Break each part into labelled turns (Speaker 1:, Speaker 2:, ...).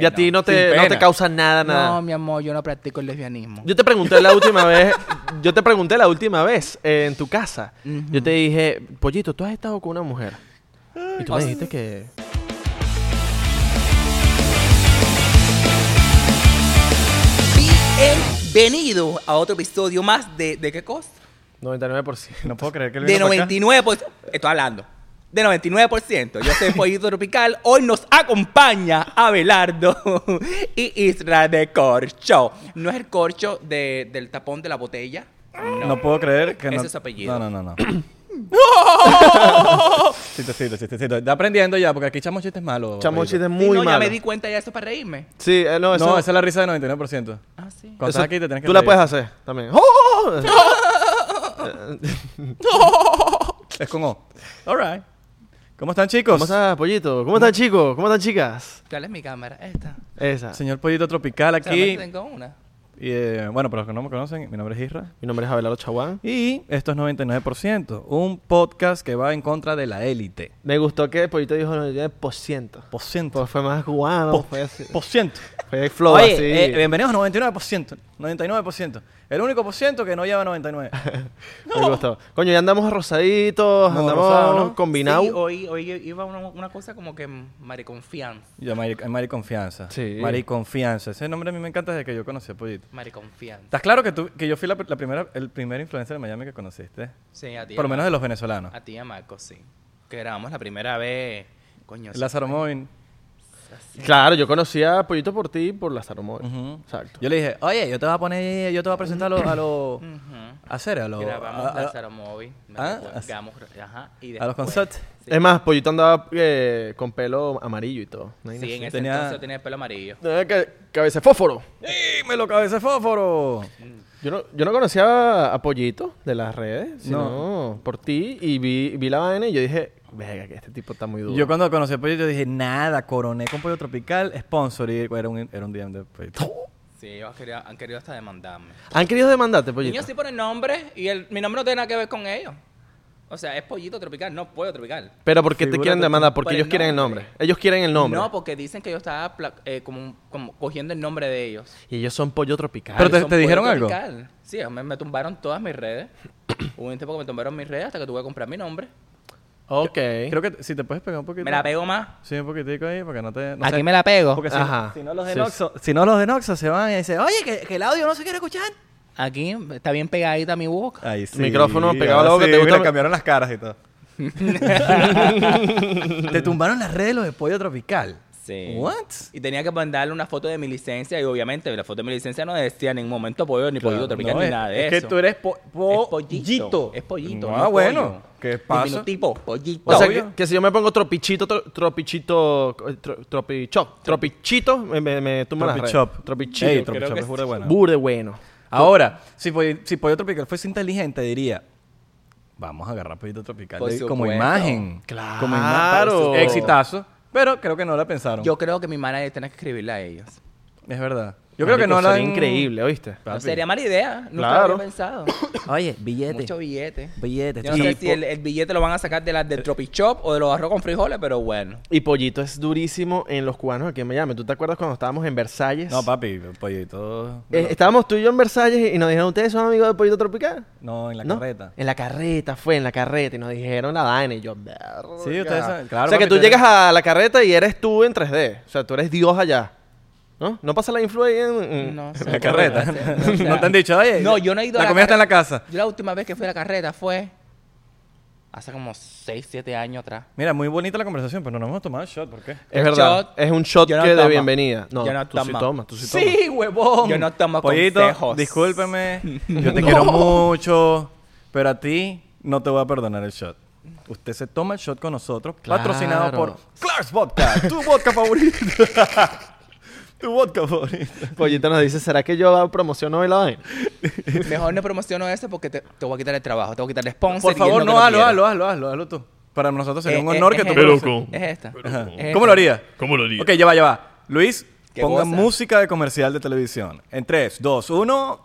Speaker 1: Y a ti no te,
Speaker 2: Sin
Speaker 1: no te
Speaker 2: pena.
Speaker 1: causa nada, nada.
Speaker 3: No, mi amor, yo no practico el lesbianismo.
Speaker 1: Yo te pregunté la última vez, yo te pregunté la última vez eh, en tu casa.
Speaker 3: Ujú.
Speaker 1: Yo te dije, pollito, ¿tú has estado con una mujer? Y tú me dijiste que...
Speaker 3: Bienvenido a otro episodio más de ¿De qué cosa?
Speaker 1: 99%.
Speaker 2: No puedo creer que lo
Speaker 3: De 99%. Estoy hablando. De 99%. Yo soy Pollito Tropical. Hoy nos acompaña Abelardo y Isra de Corcho. No es el corcho de- del tapón de la botella.
Speaker 2: No. puedo creer que no.
Speaker 3: Ese es apellido.
Speaker 2: No, no, no. no. Chistecito, chistecito. Está aprendiendo ya, porque aquí echamos chistes malos.
Speaker 1: Chamo,
Speaker 2: papito.
Speaker 1: chiste es
Speaker 3: Sí,
Speaker 1: muy
Speaker 3: no, ya
Speaker 1: malo.
Speaker 3: me di cuenta ya esto es para reírme.
Speaker 1: Sí, eh, no, eso...
Speaker 2: No, esa es la risa del 99%.
Speaker 3: Ah, sí.
Speaker 1: eso-
Speaker 2: Cuando estás aquí te tienes que
Speaker 1: Tú la
Speaker 2: reír.
Speaker 1: puedes hacer también. ¡Oh, Eh,
Speaker 2: Es con O. All right. ¿Cómo están, chicos?
Speaker 1: ¿Cómo estás, pollito? ¿Cómo están, chicos? ¿Cómo están, chicas?
Speaker 3: ¿Cuál es mi cámara? Esta.
Speaker 1: Esa.
Speaker 2: Señor Pollito Tropical aquí.
Speaker 3: Solamente tengo una.
Speaker 2: Y, eh, bueno, para los que no me conocen, mi nombre es Isra.
Speaker 1: Mi nombre es Abelardo Chaguán.
Speaker 2: Y esto es 99%, un podcast que va en contra de la élite.
Speaker 1: Me gustó que pollito dijo 99%.
Speaker 2: Por ciento.
Speaker 1: Pues fue más cubano, fue así.
Speaker 2: Por ciento.
Speaker 1: Fue flow
Speaker 2: Oye,
Speaker 1: así.
Speaker 2: eh, bienvenidos a 99%. 99%. El único por ciento que no lleva 99.
Speaker 1: Me gustó. Coño, ya andamos rosaditos,
Speaker 2: No,
Speaker 1: andamos
Speaker 2: rosado, ¿no?
Speaker 3: Sí,
Speaker 1: combinados.
Speaker 3: hoy, hoy iba una, una cosa como que mm, mariconfianza.
Speaker 2: Ya, Mari, Mari Confianza.
Speaker 1: Sí.
Speaker 2: Mari Confianza. Ese nombre a mí me encanta desde que yo conocí a Pollito.
Speaker 3: Mariconfianza.
Speaker 2: ¿Estás claro que, tú, que yo fui la, la primera, el primer influencer de Miami que conociste?
Speaker 3: Sí, a ti.
Speaker 2: Por lo
Speaker 3: a
Speaker 2: menos de los venezolanos.
Speaker 3: A ti y a Marco, sí. Que grabamos la primera vez. Coño, sí.
Speaker 2: Lázaro Moin.
Speaker 1: Claro, yo conocía a Pollito por ti y por Lázaro Mora.
Speaker 2: Ujú.
Speaker 1: Exacto.
Speaker 2: Yo le dije, oye, yo te voy a poner, yo te voy a presentar a los... A los
Speaker 3: Ujú.
Speaker 2: a hacer, a los...
Speaker 3: Grabamos
Speaker 2: a- a-
Speaker 3: Lázaro Móvil. me
Speaker 2: Ah,
Speaker 3: recuerdo,
Speaker 2: así.
Speaker 3: grabamos- ajá, y
Speaker 2: A los
Speaker 3: después-
Speaker 2: consortes.
Speaker 3: Sí,
Speaker 1: Es más, Pollito andaba eh, con pelo amarillo y todo. No hay
Speaker 3: sí, en ese
Speaker 2: Tenía-
Speaker 3: entonces yo tenía el pelo amarillo.
Speaker 1: nada. Ca- Cabeza de fósforo.
Speaker 2: ¡Ey, me lo cabece fósforo!
Speaker 1: Yo no, yo no conocía a Pollito de las redes, sino por ti. Y vi, vi la vaina y yo dije, venga, que este tipo está muy duro.
Speaker 2: Yo cuando conocí a Pollito dije, nada, coroné con Pollo Tropical, sponsor, y era un, era un DM de Pollito.
Speaker 3: Sí, ellos han querido, han querido hasta demandarme.
Speaker 1: ¿Han querido demandarte, Pollito?
Speaker 3: Niños sí ponen nombre y el, mi nombre no tiene nada que ver con ellos. O sea, es pollito tropical, no puedo tropical.
Speaker 1: Pero ¿por qué te
Speaker 2: Figúrate
Speaker 1: quieren
Speaker 2: tú.
Speaker 1: demandar? Porque
Speaker 3: Por el
Speaker 1: ellos quieren el nombre.
Speaker 3: nombre.
Speaker 1: Ellos quieren el nombre.
Speaker 3: No, porque dicen que yo estaba pla- eh, como, como cogiendo el nombre de ellos.
Speaker 1: Y ellos son pollo tropical.
Speaker 2: Pero te-
Speaker 3: Son
Speaker 2: dijeron
Speaker 3: Puerto
Speaker 2: algo?
Speaker 3: Rical. Sí, me, me tumbaron todas mis redes. Hubo un tiempo que me tumbaron mis redes hasta que tuve que comprar mi nombre.
Speaker 1: Ok.
Speaker 2: Creo que si te puedes pegar un poquito.
Speaker 3: Me la pego más.
Speaker 2: Sí, un poquitico ahí, porque no te... no
Speaker 3: Aquí
Speaker 2: sé.
Speaker 3: me la pego.
Speaker 2: Porque si,
Speaker 1: Ajá.
Speaker 2: si no los de
Speaker 1: Sí,
Speaker 2: Noxo, si no los de Noxo se van y dicen, oye, que, que el audio no se quiere escuchar.
Speaker 3: Aquí está bien pegadita mi boca.
Speaker 2: Ahí
Speaker 1: sí. Micrófono pegado a la boca, te gusta-
Speaker 2: cambiaron las caras y todo. te tumbaron las redes los de Pollo Tropical.
Speaker 3: Sí.
Speaker 2: What?
Speaker 3: Y tenía que mandarle una foto de mi licencia y obviamente la foto de mi licencia no decía en ningún momento pollo ni pollito tropical
Speaker 2: No,
Speaker 3: ni
Speaker 2: es-
Speaker 3: nada de
Speaker 2: es
Speaker 3: eso.
Speaker 2: que tú eres po- po-
Speaker 3: Es pollito.
Speaker 2: pollito.
Speaker 3: Es pollito.
Speaker 2: Ah,
Speaker 3: no
Speaker 2: bueno.
Speaker 3: pollo.
Speaker 2: ¿Qué pasa?
Speaker 3: Diminutivo, pollito.
Speaker 1: O sea,
Speaker 2: Obvio.
Speaker 1: que, que si yo me pongo tropichito, tro- tropichito, eh, tro- tropicho, tropichito, me, me, me tumba las redes.
Speaker 2: Tropichop.
Speaker 1: Tropichito. creo
Speaker 2: Ey, Tropichop
Speaker 1: que
Speaker 2: es burda de buena.
Speaker 1: Burde bueno.
Speaker 2: Ahora, si, Pollo- si Pollo Tropical fuese inteligente, diría: Vamos a agarrar Pollito Tropical
Speaker 3: Por
Speaker 2: de- como
Speaker 3: supuesto.
Speaker 2: imagen.
Speaker 1: Claro.
Speaker 2: Como imagen.
Speaker 1: Por supuesto.
Speaker 2: Exitazo. Pero creo que no la pensaron.
Speaker 3: Yo creo que mi manager tiene que escribirle a ellos.
Speaker 2: es verdad. Yo creo que
Speaker 1: Marico,
Speaker 2: no la han.
Speaker 1: sería increíble, ¿oíste?
Speaker 3: No
Speaker 2: Papi.
Speaker 3: sería mala idea. Nunca
Speaker 1: Claro.
Speaker 3: lo había pensado.
Speaker 2: Oye, billete.
Speaker 3: Mucho billete.
Speaker 2: Billete.
Speaker 3: Yo no sé si el, el billete lo van a sacar de las del Tropichop o de los arroz con frijoles, pero bueno.
Speaker 1: Y Pollito es durísimo en los cubanos aquí en Miami. ¿Tú te acuerdas cuando estábamos en Versalles?
Speaker 2: No, papi, Pollito.
Speaker 1: Eh, estábamos tú y yo en Versalles y nos dijeron, ¿ustedes son amigos de Pollito Tropical?
Speaker 2: No, en la
Speaker 1: ¿No?
Speaker 2: carreta.
Speaker 1: En la carreta, fue en la carreta y nos dijeron la vaina y yo, verga.
Speaker 2: Sí, ustedes saben, claro,
Speaker 1: o sea, que
Speaker 2: papi,
Speaker 1: tú
Speaker 2: ustedes-
Speaker 1: llegas a la carreta y eres tú en 3D. O sea, tú eres Dios allá. ¿No? ¿No pasa la influencia en...? en-
Speaker 3: No
Speaker 2: En
Speaker 3: sé.
Speaker 2: la carreta.
Speaker 3: O sea,
Speaker 2: no te han dicho, oye.
Speaker 3: No, yo no he ido
Speaker 2: La,
Speaker 3: a
Speaker 2: comida está en la
Speaker 3: carreta.
Speaker 2: casa.
Speaker 3: Yo la última vez que fui a la carreta fue hace como 6, 7 años atrás.
Speaker 2: Mira, muy bonita la conversación, pero no nos hemos tomado el shot. ¿Por qué?
Speaker 1: Es
Speaker 3: El
Speaker 1: verdad.
Speaker 3: shot,
Speaker 1: es un shot
Speaker 3: yo no
Speaker 1: que de
Speaker 3: tomo.
Speaker 1: bienvenida. No,
Speaker 3: Yo no
Speaker 1: tú sí
Speaker 3: tomo.
Speaker 1: tomas, tú sí, tomas.
Speaker 2: Sí, huevón.
Speaker 3: Yo no tomo
Speaker 2: Pollito,
Speaker 3: consejos.
Speaker 2: discúlpeme. Yo te quiero mucho, pero a ti no te voy a perdonar el shot. Usted se toma el shot con nosotros,
Speaker 1: Claro.
Speaker 2: patrocinado por Clark's Vodka, tu vodka favorito. tu vodka favorito.
Speaker 1: Pollito nos dice, ¿será que yo promociono hoy la vaina?
Speaker 3: Mejor no promociono eso porque te, te voy a quitar el trabajo, te voy a quitar el sponsor.
Speaker 2: Por
Speaker 3: y
Speaker 2: favor,
Speaker 3: es lo
Speaker 2: no,
Speaker 3: que
Speaker 2: hazlo,
Speaker 3: quiero.
Speaker 2: hazlo, hazlo, hazlo, hazlo tú. Para nosotros sería
Speaker 3: Eh,
Speaker 2: un
Speaker 3: eh,
Speaker 2: honor
Speaker 3: es
Speaker 2: que tú
Speaker 3: esta.
Speaker 2: lo
Speaker 4: Pero
Speaker 2: haces.
Speaker 4: con-
Speaker 3: Es esta.
Speaker 2: Ajá.
Speaker 3: Es esta.
Speaker 2: ¿Cómo lo haría?
Speaker 4: ¿Cómo lo haría?
Speaker 2: Ok, ya va, ya va. Luis,
Speaker 3: Qué
Speaker 2: ponga
Speaker 3: goza.
Speaker 2: música de comercial de televisión. En 3, 2, 1.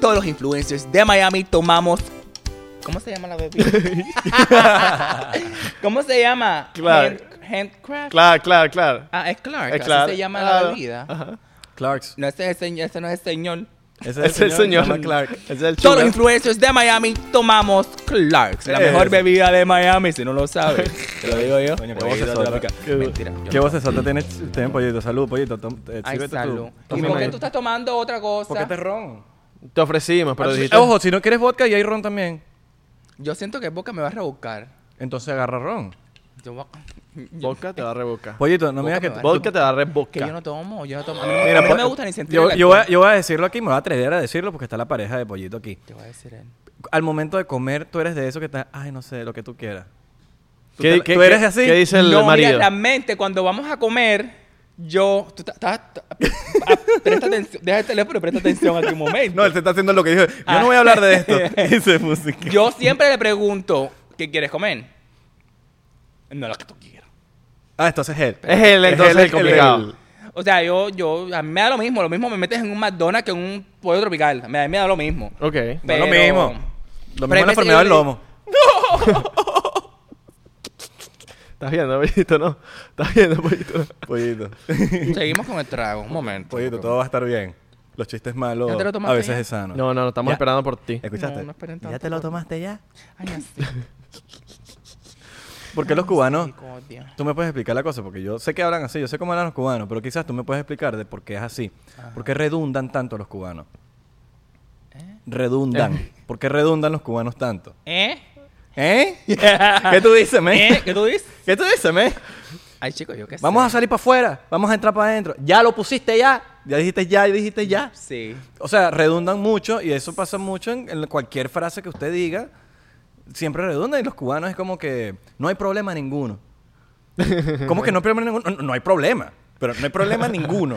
Speaker 3: Todos los influencers de Miami tomamos. ¿Cómo se llama la bebida? ¿Cómo se llama?
Speaker 1: Claro.
Speaker 3: Hand, handcraft.
Speaker 1: Claro, claro, claro.
Speaker 3: Ah, es Clark.
Speaker 1: Es Clark,
Speaker 3: Así se llama
Speaker 2: Ah.
Speaker 1: claro.
Speaker 3: la bebida.
Speaker 1: Ajá.
Speaker 2: Clarks.
Speaker 3: No, ese, es el señor- ese no es el señor.
Speaker 2: Ese
Speaker 1: Es el señor.
Speaker 2: se llama Clark.
Speaker 1: Es el
Speaker 3: Todos los
Speaker 1: chulo.
Speaker 3: influencers de Miami tomamos Clarks, la mejor
Speaker 2: Eso.
Speaker 3: bebida de Miami, si no lo sabes. Te lo digo yo.
Speaker 2: Coño, qué
Speaker 3: Te voy a
Speaker 2: vocesota.
Speaker 3: dar la pica.
Speaker 1: Qué-
Speaker 3: Mentira. yo
Speaker 2: ¿Qué
Speaker 3: no.
Speaker 2: voz sota tiene, tiene Pollito? Salud, Pollito. Tom- eh,
Speaker 3: Ay,
Speaker 2: sírvete tú.
Speaker 3: salud. ¿Y
Speaker 2: Tómame.
Speaker 3: por qué tú estás tomando otra cosa?
Speaker 2: ¿Por qué te ron?
Speaker 1: Te ofrecimos, pero
Speaker 2: Ah,
Speaker 1: dijiste.
Speaker 2: Ojo, si no quieres vodka y hay ron también,
Speaker 3: Yo siento que Boca me va a rebuscar.
Speaker 2: entonces agarra ron.
Speaker 3: Yo, voy a-
Speaker 1: Vodka te va a revocar.
Speaker 2: Pollito, no me
Speaker 3: Vodka
Speaker 2: digas
Speaker 3: me
Speaker 2: que...
Speaker 3: va a-
Speaker 1: Vodka te va a
Speaker 3: que yo
Speaker 1: revocar.
Speaker 3: no tomo, yo no tomo. A mí, no-
Speaker 2: Mira,
Speaker 3: a mí no
Speaker 2: po-
Speaker 3: me gusta ni sentir
Speaker 2: yo,
Speaker 3: el
Speaker 2: yo voy a,
Speaker 3: alcohol.
Speaker 2: yo voy a decirlo aquí, me voy a atrever a decirlo porque está la pareja de Pollito aquí.
Speaker 3: Te voy a decir él.
Speaker 2: Al momento de comer, tú eres de eso que está... Ay, no sé, lo que tú quieras. ¿Tú,
Speaker 1: ¿Qué-
Speaker 2: te-
Speaker 1: qué-
Speaker 2: tú eres
Speaker 1: qué-
Speaker 2: así?
Speaker 1: qué dice el
Speaker 3: no,
Speaker 1: marido?
Speaker 3: mira, realmente cuando vamos a comer, yo... Tú ta- ta- ta- a- presta atención, deja el teléfono y presta atención aquí un momento.
Speaker 2: No, él se está haciendo lo que dijo. Yo
Speaker 3: Ah.
Speaker 2: no voy a hablar de esto. Y se música.
Speaker 3: Yo siempre le pregunto, ¿qué quieres comer? No, lo que tú quieras.
Speaker 2: Ah, entonces él.
Speaker 1: Es él, entonces, el complicado.
Speaker 3: O sea, yo, yo, a mí me da lo mismo. Lo mismo me metes en un McDonald's que en un pollo tropical. Me- A mí me da lo mismo.
Speaker 1: Ok.
Speaker 2: No es lo
Speaker 3: Pero-
Speaker 2: mismo.
Speaker 3: Pero hay
Speaker 2: Lo mismo es la
Speaker 3: veces
Speaker 2: enfermedad
Speaker 3: que
Speaker 2: del
Speaker 3: yo le-
Speaker 2: lomo.
Speaker 1: Estás viendo, pollito, ¿no? Estás viendo, pollito. no?
Speaker 2: Pollito.
Speaker 3: Seguimos con el trago. Un momento.
Speaker 2: Pollito, todo va a estar bien. Los chistes malos
Speaker 3: ¿Ya te lo tomaste
Speaker 2: a veces
Speaker 3: ya?
Speaker 2: es sano.
Speaker 1: No, no, no, estamos
Speaker 2: Ya.
Speaker 1: esperando por ti.
Speaker 2: ¿Escuchaste?
Speaker 3: No, no esperen
Speaker 2: ¿Ya
Speaker 3: tanto,
Speaker 2: te lo
Speaker 3: por-
Speaker 2: tomaste ya?
Speaker 3: Ay, así.
Speaker 2: ¿Por qué los cubanos?
Speaker 3: Misericordia.
Speaker 2: Tú me puedes explicar la cosa, porque yo sé que hablan así, yo sé cómo hablan los cubanos, pero quizás tú me puedes explicar de por qué es así. ¿Por qué redundan tanto los cubanos? Redundan. ¿Por qué redundan los cubanos tanto?
Speaker 3: ¿Eh?
Speaker 2: ¿Eh? ¿Qué tú dices, me?
Speaker 3: ¿Eh? ¿Qué tú dices?
Speaker 2: ¿Qué tú dices, me?
Speaker 3: Ay, chico, yo qué sé.
Speaker 2: Vamos a salir para afuera, vamos a entrar para adentro. Ya lo pusiste ya, ya dijiste ya, ya dijiste ya.
Speaker 3: Sí.
Speaker 2: O sea, redundan mucho y eso pasa mucho en, en cualquier frase que usted diga. Siempre redunda y los cubanos es como que no hay problema ninguno. como que no hay problema ninguno? No, no hay problema, pero no hay problema ninguno.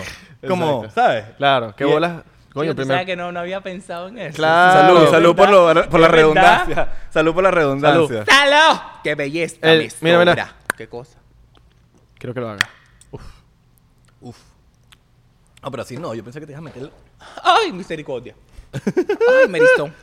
Speaker 2: Como,
Speaker 1: Exacto.
Speaker 2: ¿sabes?
Speaker 1: Claro, qué
Speaker 2: Y-
Speaker 1: bolas. Coño,
Speaker 3: Coño,
Speaker 1: primero.
Speaker 3: que no, no había pensado en eso.
Speaker 1: Claro.
Speaker 2: Salud,
Speaker 1: Es
Speaker 2: salud por,
Speaker 3: verdad,
Speaker 2: lo- por la
Speaker 3: es verdad.
Speaker 2: redundancia. Salud por la redundancia.
Speaker 3: ¡Salud! ¡Qué belleza!
Speaker 1: El-
Speaker 3: me
Speaker 1: mira, mira.
Speaker 3: sobra! ¿Qué cosa?
Speaker 1: Quiero que lo haga.
Speaker 2: No, pero así no, yo pensé que te ibas a meter.
Speaker 3: ¡Ay, misericordia! ¡Ay, Meristón!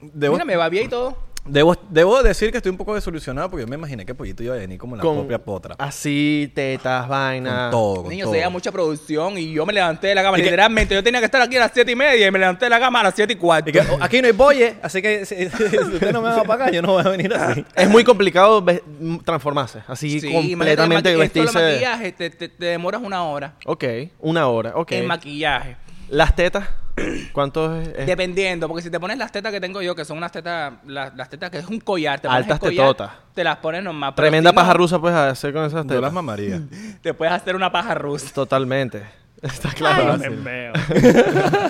Speaker 2: Debo,
Speaker 3: Mira, me va bien y todo.
Speaker 2: debo, debo decir que estoy un poco desilusionado porque yo me imaginé que Pollito iba a venir como la propia potra.
Speaker 1: ah, Así, tetas,
Speaker 2: Con
Speaker 1: vaina.
Speaker 2: todo, con
Speaker 3: Niño,
Speaker 2: todo.
Speaker 3: se veía mucha producción y yo me levanté de la cama.
Speaker 2: Y que-
Speaker 3: Literalmente, yo tenía que estar aquí a las 7 y media y me levanté de la cama a las 7 y cuarto.
Speaker 2: Y que, "Oh, aquí no hay boye, así que si, si usted no me va a pagar, yo no voy a venir así.
Speaker 1: Es muy complicado ve- m- transformarse. Así, completamente
Speaker 3: vestirse. Solo
Speaker 1: vestirse.
Speaker 3: maquillaje, te, te- te demoras una hora
Speaker 1: Ok, una hora. Ok.
Speaker 3: en maquillaje.
Speaker 1: Las tetas. ¿Cuánto es? es?
Speaker 3: Dependiendo, porque si te pones las tetas que tengo yo, que son unas tetas, las, las tetas que es un collar, te pones
Speaker 1: Altas
Speaker 3: el collar,
Speaker 1: tetotas.
Speaker 3: te las pones normal. pero
Speaker 1: Tremenda
Speaker 3: si no,
Speaker 1: paja rusa puedes hacer con esas
Speaker 2: Yo
Speaker 1: tetas.
Speaker 2: las mamaría.
Speaker 3: Te puedes hacer una paja rusa.
Speaker 1: Totalmente. Está
Speaker 3: Ay,
Speaker 4: Ah,
Speaker 1: claro.
Speaker 3: me meo.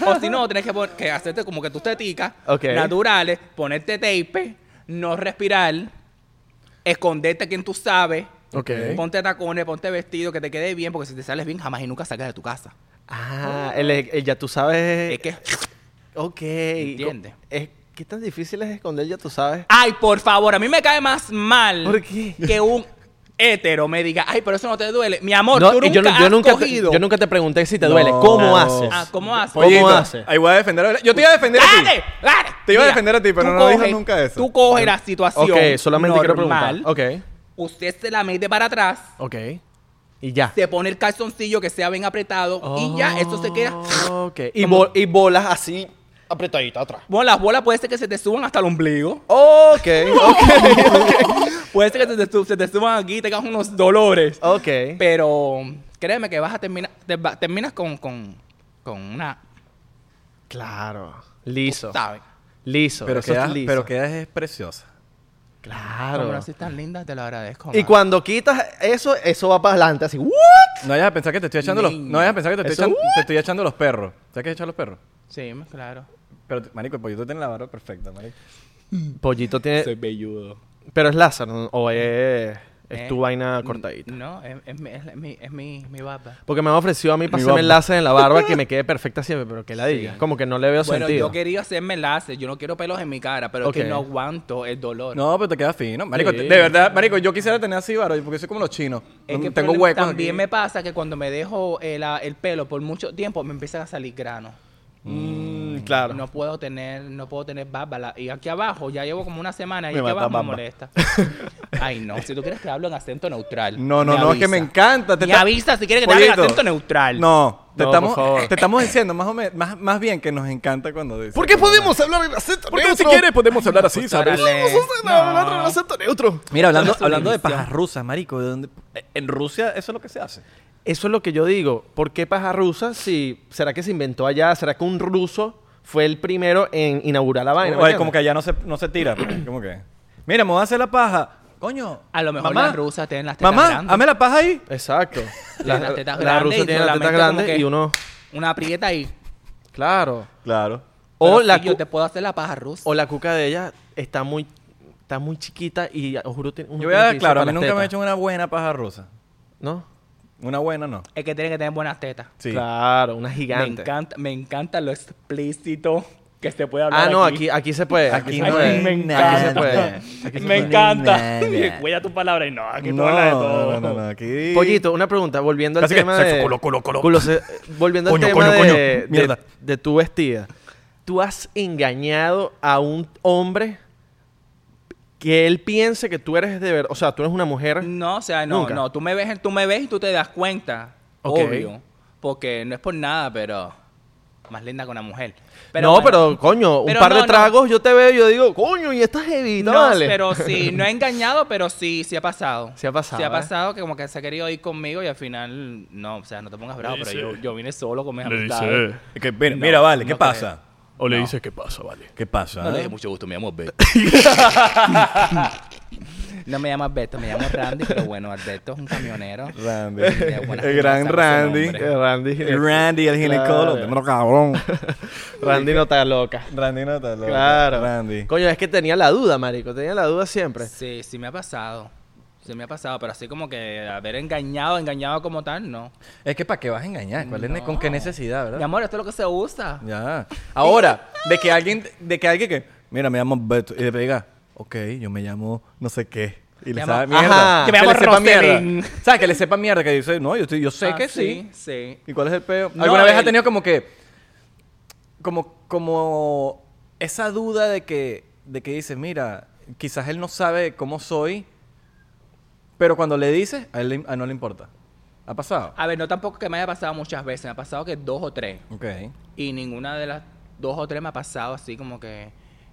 Speaker 3: o si no, tienes que, pon- que hacerte como que tus teticas
Speaker 1: Ok.
Speaker 3: naturales, ponerte tape, no respirar, esconderte a quien tú sabes.
Speaker 1: Ok.
Speaker 3: Ponte tacones, ponte vestido, que te quede bien, porque si te sales bien, jamás y nunca salgas de tu casa.
Speaker 1: Ah, el, el ya tú sabes.
Speaker 3: Es que,
Speaker 1: Ok.
Speaker 3: Entiende.
Speaker 1: Es, ¿Qué tan difícil es esconder ya tú sabes?
Speaker 3: ay, por favor, a mí me cae más mal
Speaker 1: ¿Por qué?
Speaker 3: que un hétero me diga, ay, pero eso no te duele. Mi amor,
Speaker 1: No,
Speaker 3: tú
Speaker 1: y yo,
Speaker 3: nunca
Speaker 1: no- yo
Speaker 3: has
Speaker 1: nunca te,
Speaker 3: cogido.
Speaker 1: yo nunca te pregunté si te
Speaker 2: No.
Speaker 1: duele. ¿Cómo
Speaker 2: Ah,
Speaker 1: haces?
Speaker 3: Ah, ¿cómo haces?
Speaker 1: Oye,
Speaker 2: Pollito,
Speaker 1: hace?
Speaker 2: Ahí voy a defender a... Yo te iba a defender a ti.
Speaker 3: ¡Cállate! ¡Cállate!
Speaker 2: Te iba a
Speaker 3: Mira,
Speaker 2: defender a ti, pero
Speaker 3: tú
Speaker 2: no dijo
Speaker 3: coges-
Speaker 2: nunca eso.
Speaker 3: Tú coges la situación
Speaker 1: Ok, solamente quiero preguntar.
Speaker 3: normal,
Speaker 1: Ok,
Speaker 3: Usted se la mete para atrás,
Speaker 1: ok. Y ya.
Speaker 3: se pone el calzoncillo que sea bien apretado y ya, eso se queda.
Speaker 1: Ok. Y, bol- y bolas así apretadita atrás.
Speaker 3: Bueno, las bolas puede ser que se te suban hasta el ombligo.
Speaker 1: Ok, ok,
Speaker 3: Puede ser que se te, su- se te suban aquí y tengas unos dolores.
Speaker 1: ok.
Speaker 3: Pero créeme que vas a terminar, te va- terminas con, con, con una,
Speaker 1: Claro. Liso.
Speaker 3: ¿sabes?
Speaker 1: Liso.
Speaker 2: Pero
Speaker 1: eso es
Speaker 2: quedas,
Speaker 1: liso.
Speaker 2: pero quedas es preciosa.
Speaker 1: Claro.
Speaker 3: Como no soy tan linda, te lo agradezco.
Speaker 1: Y
Speaker 3: madre.
Speaker 1: cuando quitas eso, eso va para adelante así. ¿What?
Speaker 2: No vayas a pensar que te estoy echando los...
Speaker 3: Niño.
Speaker 2: No vayas a pensar que te estoy,
Speaker 1: Eso-
Speaker 2: echando, te estoy echando los perros. ¿Sabes qué es echar los perros?
Speaker 3: Sí, claro.
Speaker 2: Pero, marico, el pollito tiene la barba perfecta, marico.
Speaker 1: Pollito tiene.
Speaker 3: velludo.
Speaker 1: Pero es láser ¿no? o es, es
Speaker 3: Eh,
Speaker 1: tu vaina cortadita.
Speaker 3: No, es, es mi, es mi, es mi, mi barba.
Speaker 1: Porque me han ofrecido a mí para
Speaker 2: Mi
Speaker 1: hacerme
Speaker 2: barba.
Speaker 1: láser en la barba que me quede perfecta siempre, pero que la diga. Como que no le veo
Speaker 3: Bueno,
Speaker 1: sentido.
Speaker 3: yo quería hacerme láser, yo no quiero pelos en mi cara, pero es
Speaker 1: Ok.
Speaker 3: que no aguanto el dolor.
Speaker 2: No, pero te queda fino. Marico,
Speaker 1: Sí.
Speaker 2: te- de verdad, marico, yo quisiera tener así, varo, porque soy como los chinos.
Speaker 3: Es
Speaker 2: No-
Speaker 3: que el
Speaker 2: tengo
Speaker 3: problema-
Speaker 2: huecos
Speaker 3: También
Speaker 2: aquí.
Speaker 3: me eh, pasa que cuando me dejo el, el pelo por mucho tiempo, me empiezan a salir granos.
Speaker 1: Mm, Claro.
Speaker 3: No puedo tener, no puedo tener bárbala. Y aquí abajo, ya llevo como una semana y
Speaker 2: Me
Speaker 3: aquí
Speaker 2: mata
Speaker 3: abajo me
Speaker 2: bamba.
Speaker 3: molesta. Ay, no. Si tú quieres que hablo en acento neutral.
Speaker 2: No, no,
Speaker 3: me
Speaker 2: no, es que
Speaker 3: avisa.
Speaker 2: me encanta. Te
Speaker 3: Me
Speaker 2: está-
Speaker 3: avisa si quieres que te hable en
Speaker 2: Pollito,
Speaker 3: acento neutral.
Speaker 2: No, te,
Speaker 1: No,
Speaker 2: estamos,
Speaker 1: por favor.
Speaker 2: te estamos diciendo más o menos, más, más bien que nos encanta cuando dices.
Speaker 1: ¿Por qué podemos hablar en acento
Speaker 4: Porque si
Speaker 1: neutro?
Speaker 4: quieres podemos hablar así, ¿sabes?
Speaker 3: Árale.
Speaker 1: Podemos hablar en acento neutro.
Speaker 2: Mira, hablando,
Speaker 3: Esto es una
Speaker 2: hablando de
Speaker 3: ilusión.
Speaker 2: pajas rusas, marico, ¿de dónde? en Rusia eso es lo que se hace.
Speaker 1: Eso es lo que yo digo. ¿Por qué paja rusa? Si, ¿Será que se inventó allá? ¿Será que un ruso fue el primero en inaugurar la vaina? ¿me
Speaker 2: O- o es
Speaker 1: entiendes?
Speaker 2: como que allá no se, no se tira. pues, como que, mira, me voy a hacer la paja. Coño.
Speaker 3: A lo mejor
Speaker 2: mamá,
Speaker 3: las rusas tienen las tetas
Speaker 2: Mamá,
Speaker 3: grandes.
Speaker 2: hame la paja ahí.
Speaker 1: Exacto.
Speaker 3: Tienen
Speaker 1: La,
Speaker 3: las tetas
Speaker 1: la
Speaker 3: grandes
Speaker 1: rusa
Speaker 3: y
Speaker 1: tiene las tetas
Speaker 3: solamente como
Speaker 1: grandes
Speaker 3: que-
Speaker 1: y uno...
Speaker 3: Una aprieta ahí.
Speaker 1: Claro.
Speaker 2: Claro.
Speaker 1: O
Speaker 3: Pero
Speaker 1: la,
Speaker 3: sí, yo
Speaker 1: cu-
Speaker 3: te puedo hacer la paja rusa.
Speaker 1: o la cuca de ella está muy, está muy chiquita y os juro... tiene- uno
Speaker 2: Yo voy
Speaker 1: tiene
Speaker 2: a
Speaker 1: que
Speaker 2: dar
Speaker 1: irse
Speaker 2: claro, a
Speaker 1: para las
Speaker 2: mí nunca me he
Speaker 1: tetas.
Speaker 2: hecho una buena paja rusa.
Speaker 1: ¿No?
Speaker 2: Una buena no.
Speaker 3: Es que tiene que tener buenas tetas.
Speaker 2: Sí.
Speaker 1: Claro, una
Speaker 3: Me
Speaker 1: gigante.
Speaker 3: encanta, me encanta lo explícito que se puede hablar
Speaker 1: Ah, no, aquí, aquí se puede.
Speaker 2: Aquí
Speaker 1: Aquí,
Speaker 2: no
Speaker 1: se
Speaker 2: hay
Speaker 1: puede.
Speaker 3: me
Speaker 1: Aquí se
Speaker 2: nada.
Speaker 1: puede.
Speaker 3: me encanta. Huella tu palabra y no, aquí tú hablas de todo.
Speaker 2: no, no, no, aquí...
Speaker 1: Pollito, una pregunta, volviendo al
Speaker 4: Así que,
Speaker 1: tema
Speaker 4: sexo,
Speaker 1: de...
Speaker 4: culo, culo, culo.
Speaker 1: se- volviendo
Speaker 4: Coño,
Speaker 1: al tema
Speaker 4: coño, coño,
Speaker 1: de, de-
Speaker 2: mierda.
Speaker 1: de tu vestida. ¿Tú has engañado a un hombre que él piense que tú eres de verdad? O sea, tú eres una mujer.
Speaker 3: No, o sea, no,
Speaker 1: Nunca.
Speaker 3: no. Tú me ves, tú me ves y tú te das cuenta.
Speaker 1: Ok.
Speaker 3: Obvio. Porque no es por nada, pero más linda que una mujer.
Speaker 1: no,
Speaker 3: bueno,
Speaker 1: pero coño,
Speaker 3: pero
Speaker 1: un par
Speaker 3: no,
Speaker 1: de
Speaker 3: no.
Speaker 1: tragos, yo te veo y yo digo, coño, y estás evita,
Speaker 3: No,
Speaker 1: vale.
Speaker 3: pero sí, no he engañado, pero sí, sí ha pasado.
Speaker 1: Sí ha pasado,
Speaker 3: Sí
Speaker 1: ¿eh?
Speaker 3: ha pasado que como que se ha querido ir conmigo y al final, no, o sea, no te pongas bravo,
Speaker 4: Le
Speaker 3: pero
Speaker 4: dice-
Speaker 3: yo, yo vine solo con mis
Speaker 4: Le
Speaker 3: amistades.
Speaker 4: dice, "Eh",
Speaker 2: Es que, mira,
Speaker 3: No,
Speaker 2: mira, vale, ¿qué
Speaker 3: no
Speaker 2: pasa?
Speaker 4: o le dice, ¿qué pasa, vale?
Speaker 2: ¿Qué pasa?
Speaker 3: No le
Speaker 2: eh?
Speaker 3: dije mucho gusto, me llamo Beto. no me llamas Beto, me llamo Randy, pero bueno, Alberto es un camionero.
Speaker 2: Randy.
Speaker 3: De buenas
Speaker 2: El gran
Speaker 3: cosas,
Speaker 2: Randy.
Speaker 3: ese nombre.
Speaker 1: Eh, Randy,
Speaker 2: Randy, el ginecólogo.
Speaker 1: Claro.
Speaker 2: No, cabrón.
Speaker 1: Randy no está loca.
Speaker 2: Randy no está loco.
Speaker 1: Claro.
Speaker 2: Randy.
Speaker 1: Coño, es que tenía la duda, marico, tenía la duda siempre.
Speaker 3: Sí, sí me ha pasado. Sí me ha pasado, pero así como que haber engañado, engañado como tal, no.
Speaker 2: Es que ¿para qué vas a engañar? ¿Cuál es ne- ¿Con qué necesidad,
Speaker 3: Mi amor, esto es lo que se usa.
Speaker 2: Ya. Ahora, de que alguien, de que alguien que, mira, me llamo Beto, y le diga, ok, yo me llamo no sé qué. Y le
Speaker 3: Me
Speaker 2: sabe
Speaker 3: llamo-
Speaker 2: mierda.
Speaker 1: Ajá.
Speaker 3: Que me
Speaker 2: le
Speaker 3: llamo
Speaker 2: sepa
Speaker 3: Roselín.
Speaker 2: mierda. O sea, que le sepa mierda, que dice, no, yo, estoy- yo sé
Speaker 3: Ah,
Speaker 2: que sí.
Speaker 3: Sí,
Speaker 2: ¿Y cuál es el peo?
Speaker 3: No,
Speaker 2: ¿Alguna vez ha
Speaker 3: el-
Speaker 2: tenido como que, como, como esa duda de que, de que dices, mira, quizás él no sabe cómo soy, pero cuando le dices, a él le- a no le importa. ¿Ha pasado?
Speaker 1: Ah.
Speaker 3: A ver, no tampoco que me haya pasado muchas veces, me ha pasado que dos o tres.
Speaker 2: Ok.
Speaker 3: Y ninguna de las dos o tres me ha pasado así como que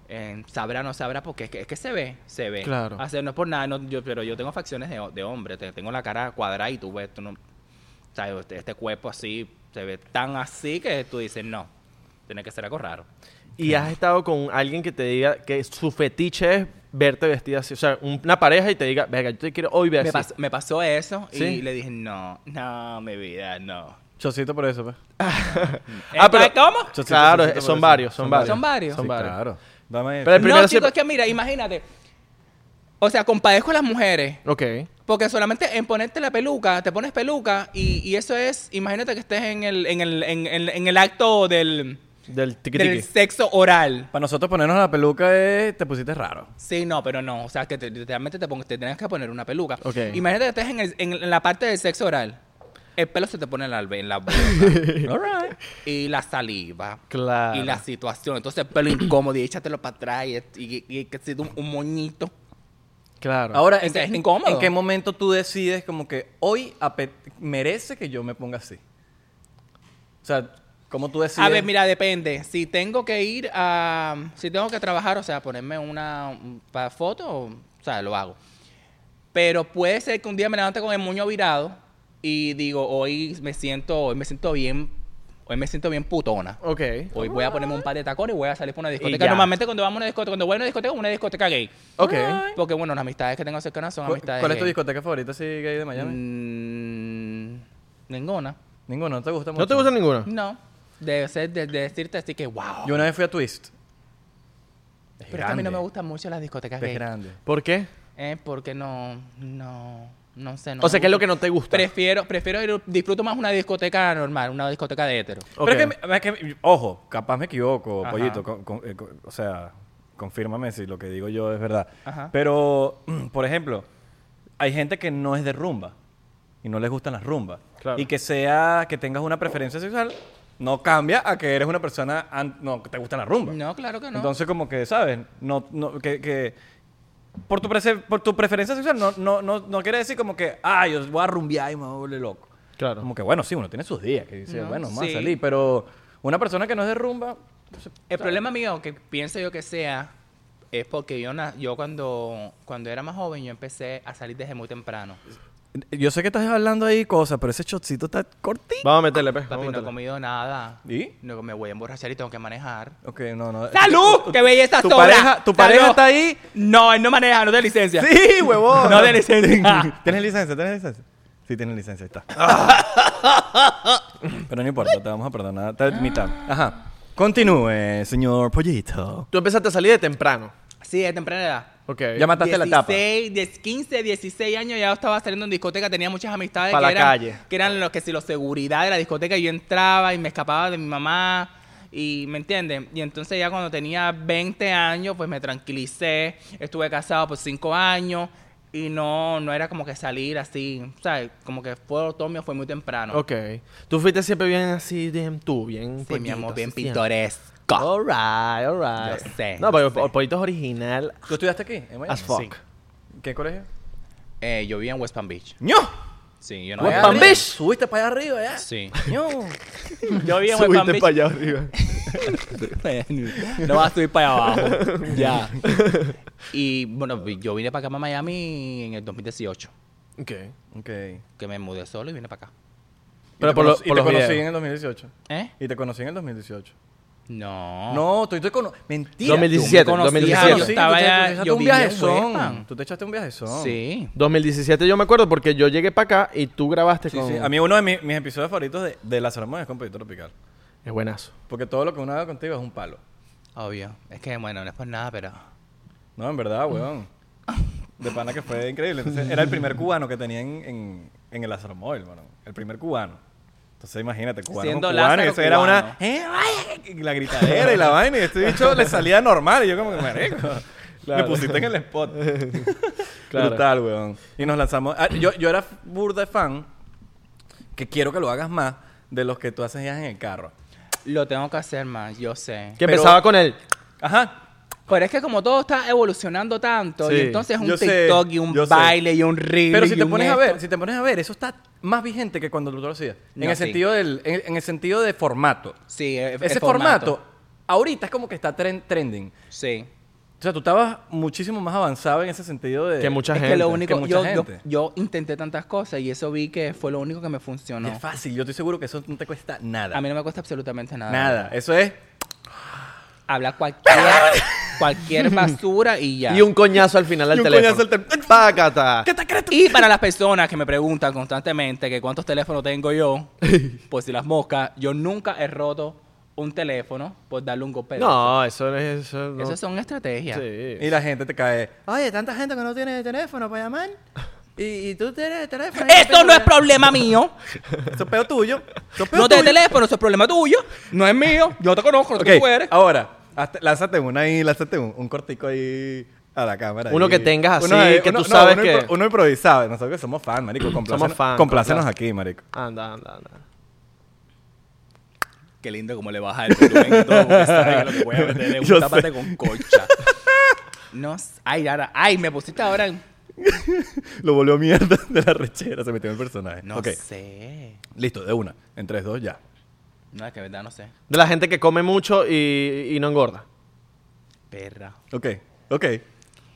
Speaker 3: eh, sabrá o no sabrá, porque es que, es que se ve, se ve.
Speaker 1: Claro.
Speaker 3: O sea, no es por nada, no, yo, pero yo tengo facciones de, de hombre, te- tengo la cara cuadrada y tú ves, tú no, o sea, este, este cuerpo así, se ve tan así que tú dices, no, tiene que ser algo raro.
Speaker 1: Y has estado con alguien que te diga que su fetiche es verte vestida así. O sea, un- una pareja y te diga, venga, yo te quiero hoy ver
Speaker 3: Me,
Speaker 1: así.
Speaker 3: pas- me pasó eso
Speaker 1: ¿Sí?
Speaker 3: y le dije, no, no, mi vida, no.
Speaker 2: Chocito por eso, pues.
Speaker 1: Ah, pero-
Speaker 3: Entonces, ¿Cómo?
Speaker 2: Chocito,
Speaker 1: Claro,
Speaker 2: chocito por
Speaker 1: son
Speaker 2: eso.
Speaker 1: varios, son varios.
Speaker 3: ¿Son varios?
Speaker 1: Son
Speaker 2: Sí,
Speaker 1: varios.
Speaker 2: claro. Dame
Speaker 1: Pero- El primero
Speaker 3: no, chicos,
Speaker 1: siempre-
Speaker 3: es que mira, imagínate. O sea, compadezco a las mujeres.
Speaker 1: Ok.
Speaker 3: Porque solamente en ponerte la peluca, te pones peluca y, y eso es, imagínate que estés en el, en el, en, en- en el acto del,
Speaker 1: Del
Speaker 3: del
Speaker 1: tiquitiqui.
Speaker 3: sexo oral.
Speaker 2: Para nosotros ponernos la peluca es... Te pusiste raro.
Speaker 3: Sí, no, pero no. O sea, que te, realmente te, pongas- te tienes que poner una peluca.
Speaker 1: Ok.
Speaker 3: Imagínate que estés en, el- en- en la parte del sexo oral. El pelo se te pone en la, albe- en la boca.
Speaker 2: All right.
Speaker 3: y la saliva.
Speaker 1: Claro.
Speaker 3: Y la situación. Entonces el pelo incómodo y échatelo para atrás y, y, y que sido un, un moñito.
Speaker 1: Claro.
Speaker 2: Ahora, ¿en,
Speaker 3: Ese es
Speaker 2: qué- en-
Speaker 3: incómodo.
Speaker 2: en qué momento tú decides como que hoy ape- merece que yo me ponga así? O sea, ¿cómo tú decides?
Speaker 3: A ver, mira, depende. Si tengo que ir a. Si tengo que trabajar, o sea, ponerme una. un- Para foto, o sea, lo hago. Pero puede ser que un día me levante con el moño virado y digo, hoy me siento. Hoy me siento bien. Hoy me siento bien putona.
Speaker 1: ok.
Speaker 3: Hoy voy a ponerme un par de tacones y voy a salir para una discoteca.
Speaker 1: ya.
Speaker 3: Normalmente cuando vamos a una discoteca, cuando voy a una discoteca, una discoteca gay.
Speaker 1: Ok.
Speaker 3: Porque bueno, las amistades que tengo cercanas son
Speaker 2: ¿Cu-
Speaker 3: amistades
Speaker 2: ¿Cuál es tu
Speaker 3: gay.
Speaker 2: discoteca favorita así gay de Miami?
Speaker 3: Mm, ninguna.
Speaker 2: Ninguna, ¿no te gusta mucho?
Speaker 1: ¿No te gusta ninguna?
Speaker 3: No. Debe ser de, de decirte así que wow.
Speaker 2: Yo una vez fui a Twist. Es
Speaker 3: Pero es que a mí no me
Speaker 2: grande,
Speaker 3: gustan mucho las discotecas
Speaker 2: Es
Speaker 3: gay.
Speaker 2: grande.
Speaker 1: ¿Por qué?
Speaker 3: Eh, porque no, no, no sé. No
Speaker 1: o sea,
Speaker 3: me
Speaker 1: ¿qué es lo
Speaker 3: gusta.
Speaker 1: que no te gusta?
Speaker 3: Prefiero, prefiero ir- disfruto más una discoteca normal, una discoteca de hétero.
Speaker 1: Ok.
Speaker 2: Pero es que, me- es que- ojo, capaz me equivoco,
Speaker 3: Ajá.
Speaker 2: pollito. con- con- eh, con- o sea, confírmame si lo que digo yo es verdad.
Speaker 3: Ajá.
Speaker 2: Pero, mm, por ejemplo, hay gente que no es de rumba y no les gustan las rumbas.
Speaker 1: Claro.
Speaker 2: Y que sea que tengas una preferencia sexual, no cambia a que eres una persona an- no que te gusta la rumba.
Speaker 3: No, claro que no.
Speaker 2: Entonces como que sabes, no, no que, que por tu prese- por tu preferencia sexual no, no, no, no quiere decir como que ah, yo voy a rumbear y me voy a volver loco.
Speaker 1: Claro.
Speaker 2: Como que bueno, sí, uno tiene sus días que dice,
Speaker 3: No,
Speaker 2: bueno, vamos
Speaker 3: sí.
Speaker 2: a salir, pero una persona que no es de rumba pues,
Speaker 3: El problema mío, que pienso yo que sea, es porque yo, na- yo cuando, cuando era más joven, yo empecé a salir desde muy temprano.
Speaker 2: yo sé que estás hablando ahí cosas, pero ese chocito está cortito.
Speaker 1: Vamos a meterle, pues.
Speaker 3: Papi,
Speaker 1: vamos a
Speaker 3: no he
Speaker 1: meterle.
Speaker 3: comido nada.
Speaker 2: ¿Y?
Speaker 3: No, me voy a emborrachar y tengo que manejar.
Speaker 2: Ok, no, no.
Speaker 3: ¡Salud! ¡Qué belleza
Speaker 2: tu
Speaker 3: sobra!
Speaker 2: pareja- tu pareja
Speaker 3: ¡Salud!
Speaker 2: está ahí.
Speaker 3: No, él no maneja, no tiene licencia.
Speaker 2: Sí, huevón.
Speaker 3: No tiene licencia.
Speaker 2: ¿Tienes licencia? ¿Tienes licencia? Sí, tienes licencia, ahí está. Pero no importa, te vamos a perdonar. Te mitad. Ajá. Continúe, señor Pollito.
Speaker 1: Tú empezaste a salir de temprano.
Speaker 3: Sí, de temprana edad.
Speaker 1: Ok.
Speaker 2: Ya mataste la tapa.
Speaker 3: 16, 10, 15, 16 años ya estaba saliendo en discoteca, tenía muchas amistades
Speaker 1: Pa'
Speaker 3: que,
Speaker 1: la
Speaker 3: eran,
Speaker 1: calle.
Speaker 3: que eran los que si los seguridad de la discoteca, yo entraba y me escapaba de mi mamá y me entienden. Y entonces ya cuando tenía 20 años, pues me tranquilicé, estuve casado por 5 años y no no era como que salir así, ¿sabes? Como que fue otoño, fue muy temprano.
Speaker 1: Ok. Tú fuiste siempre bien así, bien tú, bien.
Speaker 3: Sí, mi
Speaker 1: pollito,
Speaker 3: amor,
Speaker 1: así
Speaker 3: bien
Speaker 1: siempre.
Speaker 3: pintoresco.
Speaker 1: Alright, alright.
Speaker 3: Yo sé,
Speaker 1: No,
Speaker 3: yo
Speaker 1: pero
Speaker 3: sé.
Speaker 1: el pollito es original
Speaker 2: ¿Tú estudiaste aquí? en Miami?
Speaker 1: as fuck.
Speaker 3: Sí.
Speaker 2: ¿Qué colegio?
Speaker 3: Eh, yo vivía en West Palm Beach.
Speaker 2: ¡No!
Speaker 3: Sí, yo no
Speaker 1: West
Speaker 3: había-
Speaker 1: Palm Beach.
Speaker 2: Subiste para allá arriba, ya.
Speaker 3: Sí.
Speaker 2: ¡No!
Speaker 3: Yo vivía en West Palm Beach.
Speaker 1: allá arriba.
Speaker 3: no vas a subir para abajo. ya. Y bueno, vi- yo vine para acá, para Miami, en el 2018.
Speaker 1: Ok.
Speaker 2: Ok. ¿Y
Speaker 3: Que me mudé solo y vine para acá.
Speaker 1: Pero
Speaker 2: te
Speaker 1: por, lo-
Speaker 2: conocí-
Speaker 1: por los
Speaker 2: Y te conocí en
Speaker 1: videos.
Speaker 2: el 2018.
Speaker 3: ¿Eh?
Speaker 2: Y te conocí en el 2018.
Speaker 3: No.
Speaker 2: No, estoy, estoy con... Mentira.
Speaker 1: 2017,
Speaker 3: tú me
Speaker 2: Tú te-
Speaker 3: conocías,
Speaker 1: 2017.
Speaker 2: sí, tú
Speaker 3: estaba
Speaker 2: te- tú te
Speaker 3: ya-
Speaker 2: echaste
Speaker 3: yo
Speaker 2: un
Speaker 3: vivía en
Speaker 2: viajezón.
Speaker 3: Huepan.
Speaker 2: Tú te echaste un viajezón.
Speaker 3: Sí.
Speaker 1: 2017 yo me acuerdo porque yo llegué para acá y tú grabaste
Speaker 2: Sí,
Speaker 1: con...
Speaker 2: sí. A mí uno de mi- mis episodios favoritos de, de La Ceremonia es con Pedro Tropical.
Speaker 1: Es buenazo.
Speaker 2: Porque todo lo que uno haga contigo es un palo.
Speaker 3: Obvio. Es que, bueno, no es por nada, pero...
Speaker 2: No, en verdad, weón. De pana que fue increíble. Entonces, era el primer cubano que tenía en, en, en el Azarmóvil, mano. El primer cubano. Entonces, imagínate, cubano
Speaker 3: Siendo
Speaker 2: con cubano.
Speaker 3: Lázaro
Speaker 2: Y eso era
Speaker 3: cubano.
Speaker 2: una... "Eh, vaya", y la gritadera y la vaina. Y este bicho le salía normal. Y yo como que, marico,
Speaker 1: Claro.
Speaker 2: me pusiste en el spot.
Speaker 1: Claro.
Speaker 2: Brutal, weón. Y nos lanzamos... ah, yo, yo era burda fan, que quiero que lo hagas más, de los que tú haces ya en el carro.
Speaker 3: Lo tengo que hacer más, yo sé.
Speaker 1: Que
Speaker 2: Pero-
Speaker 1: empezaba con el...
Speaker 2: Ajá.
Speaker 3: Pero es que como todo está evolucionando tanto, y
Speaker 1: Sí,
Speaker 3: entonces un
Speaker 2: yo sé,
Speaker 3: TikTok y un
Speaker 2: yo sé.
Speaker 3: baile y un reel
Speaker 2: Pero
Speaker 3: y
Speaker 2: si te
Speaker 3: un
Speaker 2: pones a
Speaker 3: esto.
Speaker 2: ver, si te pones a ver, eso está más vigente que cuando tú lo hacías. en
Speaker 3: No,
Speaker 2: el
Speaker 3: sí.
Speaker 2: sentido del, en, en el sentido de formato.
Speaker 3: Sí, e, el- el
Speaker 2: Ese formato. ahorita es como que está tren- trending.
Speaker 3: Sí.
Speaker 2: O sea, tú estabas muchísimo más avanzado en ese sentido de
Speaker 1: Que mucha
Speaker 3: es
Speaker 1: gente.
Speaker 3: que lo
Speaker 2: que
Speaker 3: único,
Speaker 2: mucha
Speaker 3: yo, yo,
Speaker 2: gente.
Speaker 3: yo intenté tantas cosas y eso vi que fue lo único que me
Speaker 2: Y
Speaker 3: funcionó.
Speaker 2: es fácil. Yo estoy seguro que eso no te cuesta nada.
Speaker 3: A mí no me cuesta absolutamente nada.
Speaker 2: nada. Eso es.
Speaker 3: Habla cualquier, cualquier basura y ya.
Speaker 1: Y un coñazo al final
Speaker 2: Y
Speaker 1: del
Speaker 2: un
Speaker 1: teléfono.
Speaker 2: coñazo al teléfono.
Speaker 1: Pácata.
Speaker 2: ¿Qué te crees tú?
Speaker 3: Ah. Y para las personas que me preguntan constantemente que cuántos teléfonos tengo yo, por si las moscas, yo nunca he roto un teléfono por darle un golpe. de
Speaker 1: No, eso no es... Eso no-
Speaker 3: Esas son estrategias.
Speaker 1: Sí.
Speaker 2: Y la gente te cae. Oye, tanta gente que no tiene teléfono para llamar. Y, y tú tienes teléfono.
Speaker 3: Eso no es problema mío.
Speaker 2: Eso es pedo tuyo. Eso es pedo
Speaker 3: No te
Speaker 2: tuyo.
Speaker 3: teléfono, eso es problema tuyo. No es mío. Yo te conozco, no sé
Speaker 2: Ok,
Speaker 3: quién tú eres.
Speaker 2: ahora, hazte- lánzate una ahí, lánzate un, un cortico ahí a la cámara.
Speaker 1: Uno
Speaker 2: ahí.
Speaker 1: que tengas así, que tú
Speaker 2: no,
Speaker 1: sabes
Speaker 2: uno
Speaker 1: que-
Speaker 2: impro- uno improvisado, nosotros somos fan, marico. Complácenos,
Speaker 1: fan, complácenos.
Speaker 2: complácenos aquí, marico.
Speaker 1: Anda, anda, anda.
Speaker 3: Qué lindo como le baja el volumen y todo. porque sabe que lo que voy a meter es
Speaker 2: Yo
Speaker 3: un
Speaker 2: sé.
Speaker 3: tapate con colcha. No, s- ay, ahora, ay, me pusiste ahora. en-
Speaker 2: Lo volvió mierda de la rechera, se metió en el personaje.
Speaker 3: No
Speaker 2: ok,
Speaker 3: sé.
Speaker 2: listo, de una. En 3, 2, ya.
Speaker 3: No, es que de verdad no sé.
Speaker 1: De la gente que come mucho y, y no engorda.
Speaker 3: Perra.
Speaker 2: Ok, ok.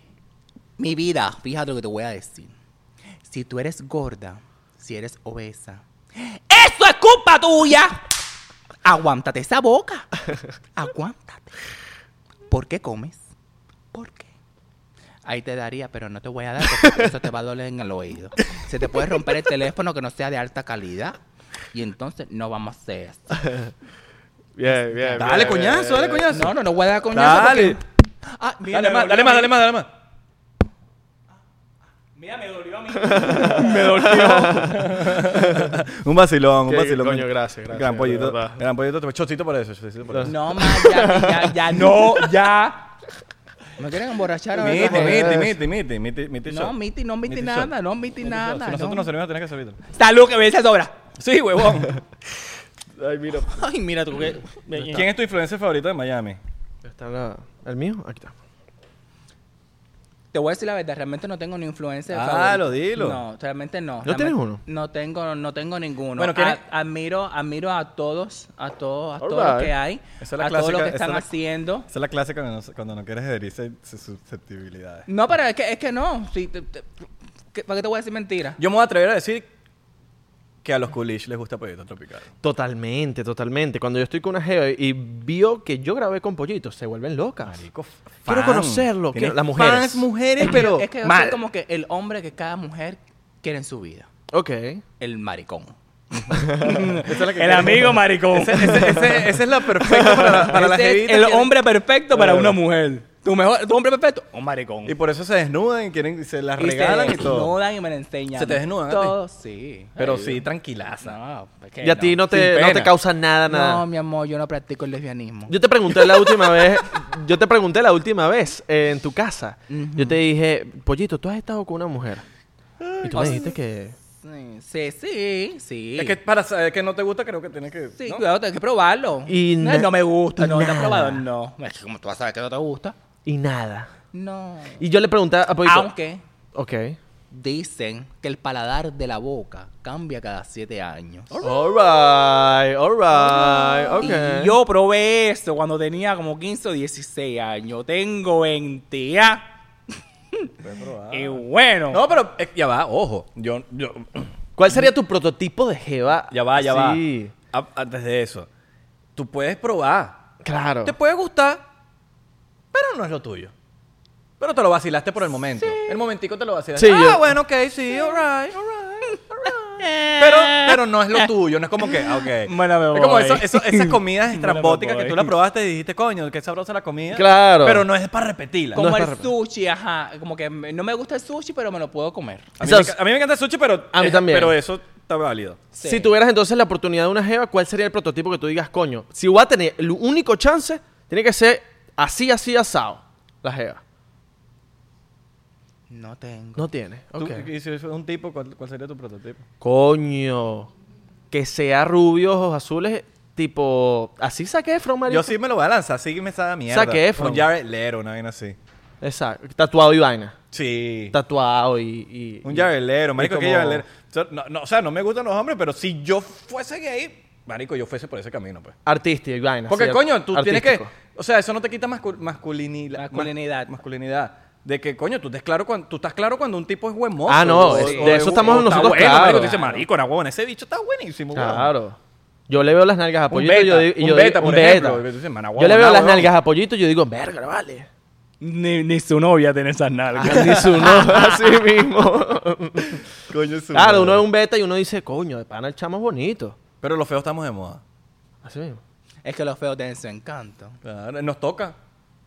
Speaker 3: Mi vida, fíjate lo que te voy a decir. Si tú eres gorda, si eres obesa, ¡eso es culpa tuya! Aguántate esa boca. Aguántate. ¿Por qué comes? ¿Por qué? Ahí te daría, pero no te voy a dar porque eso te va a doler en el oído. Se te puede romper el teléfono que no sea de alta calidad. Y entonces no vamos a hacer eso.
Speaker 1: Bien, bien.
Speaker 2: Dale,
Speaker 1: bien,
Speaker 2: coñazo, dale, coñazo.
Speaker 3: Eh, No, no, no voy a dar coñazo.
Speaker 2: Dale.
Speaker 3: porque- Ah, mira,
Speaker 2: Dale
Speaker 3: me
Speaker 2: más,
Speaker 3: dolió
Speaker 2: dale más,
Speaker 3: a mí.
Speaker 2: dale más, dale más.
Speaker 3: Mira, me dolió a mí.
Speaker 2: Un vacilón, un
Speaker 1: Qué
Speaker 2: vacilón.
Speaker 1: coño, gracias, gracias,
Speaker 2: Gran pollito,
Speaker 1: de verdad.
Speaker 2: gran pollito. te voy- Chocito por eso, chocito por eso.
Speaker 3: No, más, ya, ya, ya, no, ya. ¿Me quieren emborrachar ahora?
Speaker 2: Miti, miti,
Speaker 1: joder.
Speaker 2: miti, miti, miti, miti.
Speaker 3: No,
Speaker 2: shot.
Speaker 3: miti, no, miti,
Speaker 2: Miti
Speaker 3: nada,
Speaker 2: shot.
Speaker 3: no, miti,
Speaker 2: Miti shot.
Speaker 3: nada.
Speaker 2: Si nosotros
Speaker 3: no.
Speaker 2: nos servimos, tenés que servirlo.
Speaker 3: Salud, que belleza sobra.
Speaker 2: Sí, huevón.
Speaker 1: Ay, mira.
Speaker 5: Ay, mira tú. qué- ve aquí.
Speaker 2: ¿Quién es tu influencer favorito de Miami?
Speaker 1: Está la, el mío, aquí está.
Speaker 3: Te voy a decir la verdad, realmente no tengo ni influencer.
Speaker 2: Ah,
Speaker 3: favorito.
Speaker 2: lo dilo.
Speaker 3: No, realmente no.
Speaker 1: ¿No tienes
Speaker 3: Realmente
Speaker 1: uno?
Speaker 3: No tengo, no tengo ninguno. Bueno,
Speaker 2: Bueno, ¿quién es?
Speaker 3: admiro, admiro a todos, a todos, a
Speaker 1: All
Speaker 3: todos los
Speaker 1: right.
Speaker 3: que hay,
Speaker 2: Esa es la
Speaker 3: a todos los
Speaker 2: clásica,
Speaker 3: que
Speaker 2: esa
Speaker 3: están
Speaker 2: es la-
Speaker 3: haciendo.
Speaker 2: Esa es la clásica cuando no, cuando no quieres herir se- se- susceptibilidades.
Speaker 3: No, pero es que, es que no. Sí, te- te- ¿qué- ¿Para qué te voy a decir mentira?
Speaker 2: Yo me voy a atrever a decir que a los coolish les gusta Pollito Tropical.
Speaker 1: Totalmente, totalmente. Cuando yo estoy con una jeva y vio que yo grabé con pollitos, se vuelven locas.
Speaker 2: Marico, f-
Speaker 1: Quiero
Speaker 2: fan.
Speaker 1: conocerlo,
Speaker 2: Tienes
Speaker 1: quiero- las mujeres.
Speaker 2: fans, mujeres,
Speaker 3: Es que
Speaker 2: pero
Speaker 3: yo- es que yo
Speaker 2: mal.
Speaker 3: soy como que el hombre que cada mujer quiere en su vida.
Speaker 1: Ok.
Speaker 3: El maricón.
Speaker 2: el amigo maricón. esa es la perfecta para, para las
Speaker 3: Ese es
Speaker 2: jevitas
Speaker 3: el
Speaker 2: que-
Speaker 3: hombre perfecto para
Speaker 2: Claro.
Speaker 3: una mujer. Tu mejor, tu hombre perfecto, un maricón.
Speaker 2: Y por eso se desnudan y quieren, se las
Speaker 3: Y se
Speaker 2: regalan y todo.
Speaker 3: desnudan y me la enseñan.
Speaker 2: ¿Se te desnudan a ti?
Speaker 3: Todo, sí.
Speaker 2: Pero
Speaker 3: Ay,
Speaker 2: sí,
Speaker 3: Dios.
Speaker 2: tranquilaza.
Speaker 3: No, es que
Speaker 1: Y a ti no
Speaker 2: sin
Speaker 1: te, no te
Speaker 2: pena.
Speaker 1: causa nada, nada.
Speaker 3: No, mi amor, yo no practico el lesbianismo.
Speaker 1: Yo te pregunté la última vez, yo te pregunté la última vez eh, en tu casa. Yo te dije, pollito, ¿tú has estado con una mujer? Y tú me dijiste que...
Speaker 3: Sí, sí, sí.
Speaker 2: Es que para saber que no te gusta, creo que tienes que.
Speaker 3: Sí,
Speaker 2: ¿no?
Speaker 3: cuidado, tienes que probarlo.
Speaker 1: Y
Speaker 3: no,
Speaker 1: na-
Speaker 3: no me gusta, no, no he
Speaker 1: nada.
Speaker 3: probado, no. Es que como tú vas a saber que no te gusta.
Speaker 1: Y nada.
Speaker 3: No.
Speaker 1: Y yo le preguntaba a pollito...
Speaker 3: Aunque
Speaker 1: Ok.
Speaker 3: dicen que el paladar de la boca cambia cada siete años.
Speaker 1: Alright, alright, ok.
Speaker 3: Y yo probé eso cuando tenía como 15 o 16 años. Tengo 20 ya. Y bueno.
Speaker 2: No, pero eh, ya va, ojo. Yo, yo,
Speaker 1: ¿Cuál sería tu prototipo de jeva?
Speaker 2: ya va, ya
Speaker 1: Sí,
Speaker 2: va. A- Antes de eso, tú puedes probar.
Speaker 1: claro.
Speaker 2: Te puede gustar, pero no es lo tuyo. Pero te lo vacilaste por el momento. El momentico te lo vacilaste.
Speaker 1: Sí, Eh.
Speaker 2: ah,
Speaker 1: yo-
Speaker 2: bueno, ok, sí, alright, alright, alright. Pero, pero no es lo tuyo, no es como que, ah, ok.
Speaker 5: Bueno, me
Speaker 2: es como
Speaker 5: voy.
Speaker 2: eso- eso- esas comidas estrambóticas que
Speaker 5: voy.
Speaker 2: tú las probaste y dijiste, coño, qué sabrosa la comida.
Speaker 1: Claro.
Speaker 2: Pero no es para repetirla.
Speaker 3: Como
Speaker 1: No es
Speaker 3: el
Speaker 1: para-
Speaker 3: sushi, ajá. Como que me- no me gusta el sushi, pero me lo puedo comer.
Speaker 2: A, mí
Speaker 1: O sea,
Speaker 2: me, enca- a mí me encanta el sushi, pero,
Speaker 1: a mí
Speaker 2: eh,
Speaker 1: también.
Speaker 2: pero eso está válido.
Speaker 3: Sí.
Speaker 1: Si tuvieras entonces la oportunidad de una jeva, ¿cuál sería el prototipo que tú digas, coño? Si voy a tener el único chance, tiene que ser así, así, asado. La jeva.
Speaker 3: No tengo.
Speaker 1: No tiene.
Speaker 2: Tú-
Speaker 1: Ok.
Speaker 2: y si es un tipo, ¿cuál, cuál sería tu prototipo?
Speaker 1: Coño. Que sea rubio, ojos azules, tipo. Así saqué Efron, marico.
Speaker 2: Yo sí me lo voy a lanzar, sí me sabe mierda.
Speaker 1: Zac Efron.
Speaker 2: Un Jared Leto, una vaina así.
Speaker 1: Exacto. Tatuado y vaina.
Speaker 2: Sí.
Speaker 1: Tatuado y. y-
Speaker 2: Un
Speaker 1: y-
Speaker 2: llavelero, marico,
Speaker 1: y
Speaker 2: que
Speaker 1: como-
Speaker 2: llavelero. O sea, no, no, o sea, no me gustan los hombres, pero si yo fuese gay, marico, yo fuese por ese camino, pues.
Speaker 1: Artístico y vaina.
Speaker 2: Porque,
Speaker 1: sí,
Speaker 2: coño, tú tienes
Speaker 1: artístico.
Speaker 2: que... O sea, eso no te quita mascu- masculinidad.
Speaker 3: Masculinidad.
Speaker 2: mas- masculinidad. De que, coño, tú, te claro cuando, tú estás claro cuando un tipo es buen mozo.
Speaker 1: Ah, no, es- de eso estamos
Speaker 2: está
Speaker 1: nosotros
Speaker 2: bueno,
Speaker 1: claros.
Speaker 2: marico, tú dices, marico, era huevón, ese bicho está buenísimo, huevón".
Speaker 1: Claro. Yo le veo las nalgas a
Speaker 2: Un
Speaker 1: Pollito
Speaker 2: beta,
Speaker 1: y yo digo... y
Speaker 2: un
Speaker 1: yo
Speaker 2: beta,
Speaker 1: digo-
Speaker 2: por
Speaker 1: un beta.
Speaker 2: ejemplo, que tú dices, "Mana,
Speaker 1: Yo le
Speaker 2: guau,
Speaker 1: veo
Speaker 2: guau,
Speaker 1: las
Speaker 2: guau".
Speaker 1: nalgas a Pollito y yo digo, verga, vale.
Speaker 5: Ni, ni su novia tiene esas nalgas.
Speaker 1: Ni su no, así mismo.
Speaker 2: Coño, su
Speaker 1: claro, uno
Speaker 2: madre.
Speaker 1: es un beta y uno dice, coño, de pana el chamo es bonito.
Speaker 2: Pero los feos estamos de moda.
Speaker 1: Así mismo.
Speaker 3: Ah, Es que los feos tienen su encanto.
Speaker 2: Claro, nos toca.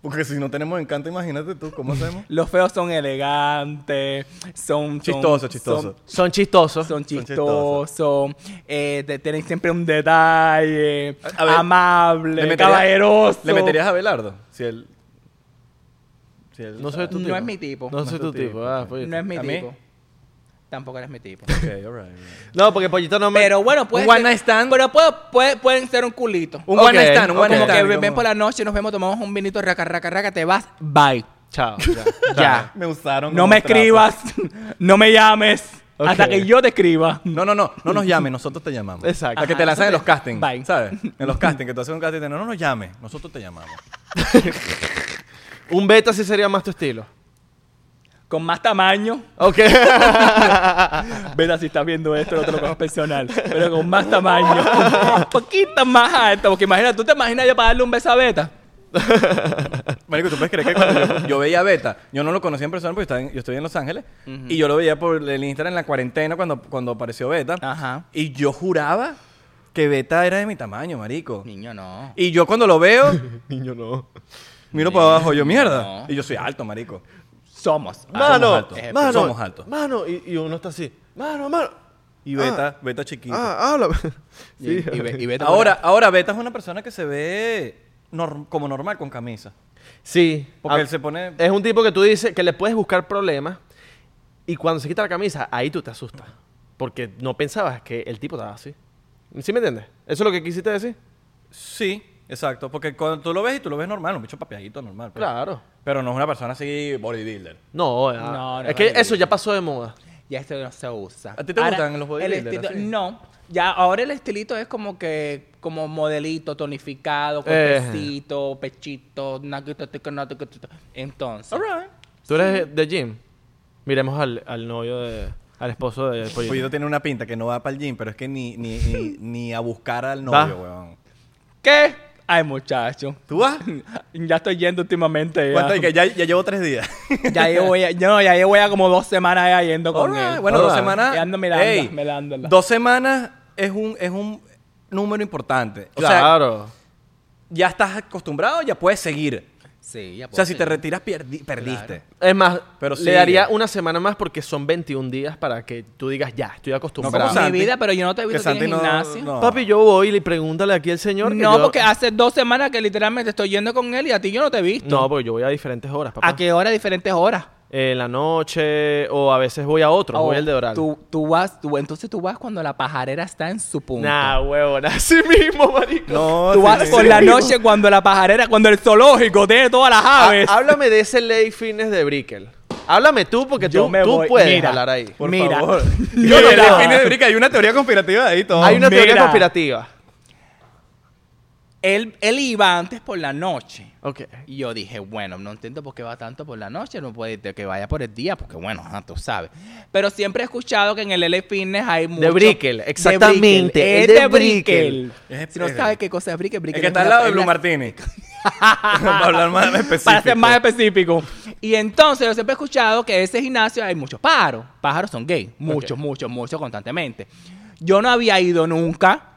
Speaker 2: Porque si no tenemos encanto, imagínate tú, ¿cómo hacemos?
Speaker 3: Los feos son elegantes, son... son-
Speaker 2: Chistoso,
Speaker 3: son-
Speaker 2: chistoso.
Speaker 1: Son chistosos.
Speaker 3: Son
Speaker 2: chistosos.
Speaker 3: chistosos, eh, te- tienen siempre un detalle,
Speaker 2: A ver,
Speaker 3: amable,
Speaker 2: le meterías-
Speaker 3: caballeroso.
Speaker 2: ¿Le meterías a Belardo? Si él... Si él
Speaker 1: No soy tu
Speaker 3: No
Speaker 1: tipo.
Speaker 3: es mi tipo.
Speaker 1: No, soy tu tipo. Ah, Pollito.
Speaker 3: No es mi
Speaker 2: ¿A mí?
Speaker 3: tipo. Tampoco eres mi tipo.
Speaker 2: Ok, all right, all right.
Speaker 1: No, porque Pollito no me...
Speaker 3: Pero bueno, puede
Speaker 2: Un one
Speaker 3: ser-
Speaker 2: night stand.
Speaker 3: Pero puede- puede- pueden ser un culito.
Speaker 2: Un
Speaker 1: Ok,
Speaker 2: one night stand, un one
Speaker 1: ok.
Speaker 2: night
Speaker 3: Como que
Speaker 2: stand.
Speaker 3: ven,
Speaker 2: como-
Speaker 3: por la noche, nos vemos, tomamos un vinito, raca, raca, raca, te vas, bye.
Speaker 1: Chao.
Speaker 3: Ya.
Speaker 2: Ah, Me usaron.
Speaker 3: No
Speaker 2: como
Speaker 3: me
Speaker 2: trapo.
Speaker 3: escribas, no me llames,
Speaker 1: Ok.
Speaker 3: hasta que yo te escriba.
Speaker 2: No, no, no. No nos llames, nosotros te llamamos.
Speaker 1: Exacto.
Speaker 2: La que te
Speaker 3: Ajá,
Speaker 2: lanzan en los
Speaker 3: nosotros-
Speaker 2: castings.
Speaker 3: Bye.
Speaker 2: ¿Sabes? En los castings, que tú haces un casting. No, no nos llames, nosotros te llamamos.
Speaker 1: un beta sí sería más tu estilo.
Speaker 3: Con más tamaño,
Speaker 1: Ok.
Speaker 5: Vete si estás viendo esto, no te lo cojas personal.
Speaker 3: pero con más tamaño, un poquito más alto, porque imagina, tú te imaginas yo para darle un beso a Beta.
Speaker 2: Marico, ¿tú puedes creer que cuando yo, yo veía a Beta, yo no lo conocía en persona porque estaba en- yo estoy en Los Ángeles, y yo lo veía por el Instagram en la cuarentena cuando, cuando apareció Beta,
Speaker 3: Ajá.
Speaker 2: y yo juraba que Beta era de mi tamaño, marico.
Speaker 3: Niño, no.
Speaker 2: Y yo cuando lo veo,
Speaker 1: Niño, no.
Speaker 2: miro para abajo, yo mierda.
Speaker 3: No.
Speaker 2: Y yo soy alto, marico.
Speaker 3: Somos.
Speaker 2: Ah, somos
Speaker 1: Mano,
Speaker 2: altos.
Speaker 3: Eh,
Speaker 1: mano.
Speaker 2: Somos altos.
Speaker 1: Mano, y, y uno está así. Mano, mano.
Speaker 2: Y Beta, Beta chiquito.
Speaker 1: Ah, habla.
Speaker 3: Y,
Speaker 1: Sí.
Speaker 3: y Be- y Beta
Speaker 2: Ahora, ahora Beta es una persona que se ve nor- como normal con camisa.
Speaker 1: Sí.
Speaker 2: Porque
Speaker 1: Ah,
Speaker 2: él se pone.
Speaker 1: Es un tipo que tú dices que le puedes buscar problemas y cuando se quita la camisa, ahí tú te asustas. Porque no pensabas que el tipo estaba así. ¿Sí me entiendes? ¿Eso es lo que quisiste decir?
Speaker 2: Sí, exacto. Porque cuando tú lo ves y tú lo ves normal, un bicho papeadito normal. pero-
Speaker 1: Claro.
Speaker 2: Pero no es una persona así bodybuilder.
Speaker 1: No, ya.
Speaker 3: No, no,
Speaker 1: es que
Speaker 3: no, no.
Speaker 1: eso ya pasó de moda.
Speaker 3: Ya esto no se usa.
Speaker 2: ¿A ti te gustan los
Speaker 3: el
Speaker 2: bodybuilders,
Speaker 3: estilo-
Speaker 2: así?
Speaker 3: No. Ya ahora el estilito es como que como modelito tonificado, con
Speaker 1: Eh.
Speaker 3: pechito, pechito, naquito, tico, nato, tico, tico. Entonces,
Speaker 1: ¿Tú eres de gym? Miremos al, al novio de... Al esposo de Pollito.
Speaker 2: Pollito tiene una pinta que no va para el gym, pero es que ni, ni, ni, ni a buscar al
Speaker 1: Va.
Speaker 2: novio, weón.
Speaker 3: ¿qué? Ay, muchacho.
Speaker 2: ¿Tú vas?
Speaker 3: Ya estoy yendo últimamente. Ya,
Speaker 2: ¿Cuánto hay que? Ya, ya llevo tres días.
Speaker 3: ya yo voy a, no, ya yo voy a como dos semanas ya yendo con
Speaker 2: Alright,
Speaker 3: él.
Speaker 2: Bueno, dos
Speaker 1: Alright.
Speaker 2: semanas.
Speaker 3: Y ando mirando,
Speaker 2: ey,
Speaker 3: mirándola.
Speaker 2: Dos semanas es un, es un número importante. O sea,
Speaker 1: claro.
Speaker 2: ya estás acostumbrado, ya puedes seguir.
Speaker 3: Sí, ya
Speaker 2: O sea,
Speaker 3: puedo
Speaker 2: si te
Speaker 3: seguir.
Speaker 2: retiras, pierdi- perdiste.
Speaker 1: es más,
Speaker 2: Pero
Speaker 1: le
Speaker 2: sigue.
Speaker 1: daría una semana más porque son 21 días para que tú digas, ya, estoy acostumbrado.
Speaker 2: como Santi,
Speaker 3: mi vida, pero yo no te he
Speaker 2: que
Speaker 3: visto aquí en el
Speaker 2: Santi no-
Speaker 3: gimnasio.
Speaker 2: no.
Speaker 1: Papi, yo voy y le pregúntale aquí al señor. que
Speaker 3: No,
Speaker 1: yo-
Speaker 3: porque hace dos semanas que literalmente estoy yendo con él y a ti yo no te he visto.
Speaker 1: No, porque yo voy a diferentes horas, Mm, papá.
Speaker 3: ¿A qué hora? Diferentes horas.
Speaker 1: En la noche, o a veces voy a otro, voy
Speaker 3: Oh,
Speaker 1: al de oral.
Speaker 3: Tú, tú vas, tú, entonces tú vas cuando la pajarera está en su punto.
Speaker 1: Nah, huevón, así mismo, marico.
Speaker 2: No,
Speaker 3: Tú
Speaker 2: sí,
Speaker 3: vas
Speaker 2: sí,
Speaker 3: por
Speaker 2: sí.
Speaker 3: la noche cuando la pajarera, cuando el zoológico tiene todas las
Speaker 1: Ah,
Speaker 3: aves.
Speaker 1: háblame de ese ley fitness de Brickel. Háblame tú, porque
Speaker 3: Yo
Speaker 1: tú,
Speaker 3: me
Speaker 1: tú
Speaker 3: voy.
Speaker 1: puedes
Speaker 3: Mira.
Speaker 1: hablar ahí.
Speaker 2: Por
Speaker 3: Mira.
Speaker 2: favor.
Speaker 3: Yo
Speaker 2: Yo
Speaker 3: no la-
Speaker 2: de brica, hay una teoría conspirativa ahí todo.
Speaker 1: Hay una teoría
Speaker 3: mira.
Speaker 1: conspirativa.
Speaker 3: Él, él iba antes por la noche.
Speaker 1: Ok.
Speaker 3: Y yo dije, bueno, no entiendo por qué va tanto por la noche, no puede de que vaya por el día, porque bueno, ajá, tú sabes. Pero siempre he escuchado que en el LA Fitness hay mucho...
Speaker 1: Brickell,
Speaker 3: de
Speaker 1: exactamente,
Speaker 3: Brickell,
Speaker 1: es
Speaker 3: Es
Speaker 1: de
Speaker 3: de Brickell.
Speaker 2: Brickell.
Speaker 3: Si no sabes qué cosa es Brickell,
Speaker 2: Es
Speaker 3: Brickell
Speaker 2: que está
Speaker 3: una
Speaker 2: al lado de Blue
Speaker 3: pela-
Speaker 2: Martini. Para hablar más específico.
Speaker 3: Para ser más específico. Y entonces yo siempre he escuchado que en ese gimnasio hay muchos pájaros. Pájaros son gays. Muchos, muchos, muchos constantemente. Yo no había ido nunca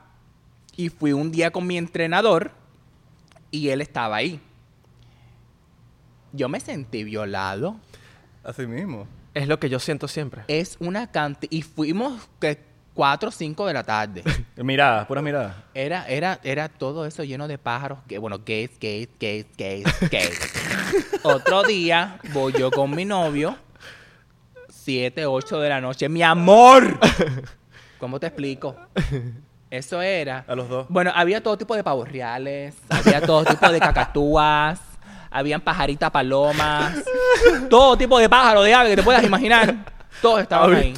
Speaker 3: y fui un día con mi entrenador y él estaba ahí. Yo me sentí violado.
Speaker 2: Así mismo.
Speaker 1: Es lo que yo siento siempre.
Speaker 3: Es una cantidad. Y fuimos que 4 o 5 de la tarde.
Speaker 2: Miradas, puras miradas.
Speaker 3: Era, era, era todo eso lleno de pájaros. Que, bueno, gays, gays, gays, gays, gays. Otro día voy yo con mi novio. 7, 8 de la noche. ¡Mi amor! ¿Cómo te explico? Eso era.
Speaker 2: A los dos.
Speaker 3: Bueno, había todo tipo de pavos reales. Había todo tipo de cacatúas. Habían pajaritas palomas. Todo tipo de pájaro, de ave que te puedas imaginar. Todos estaban ahí.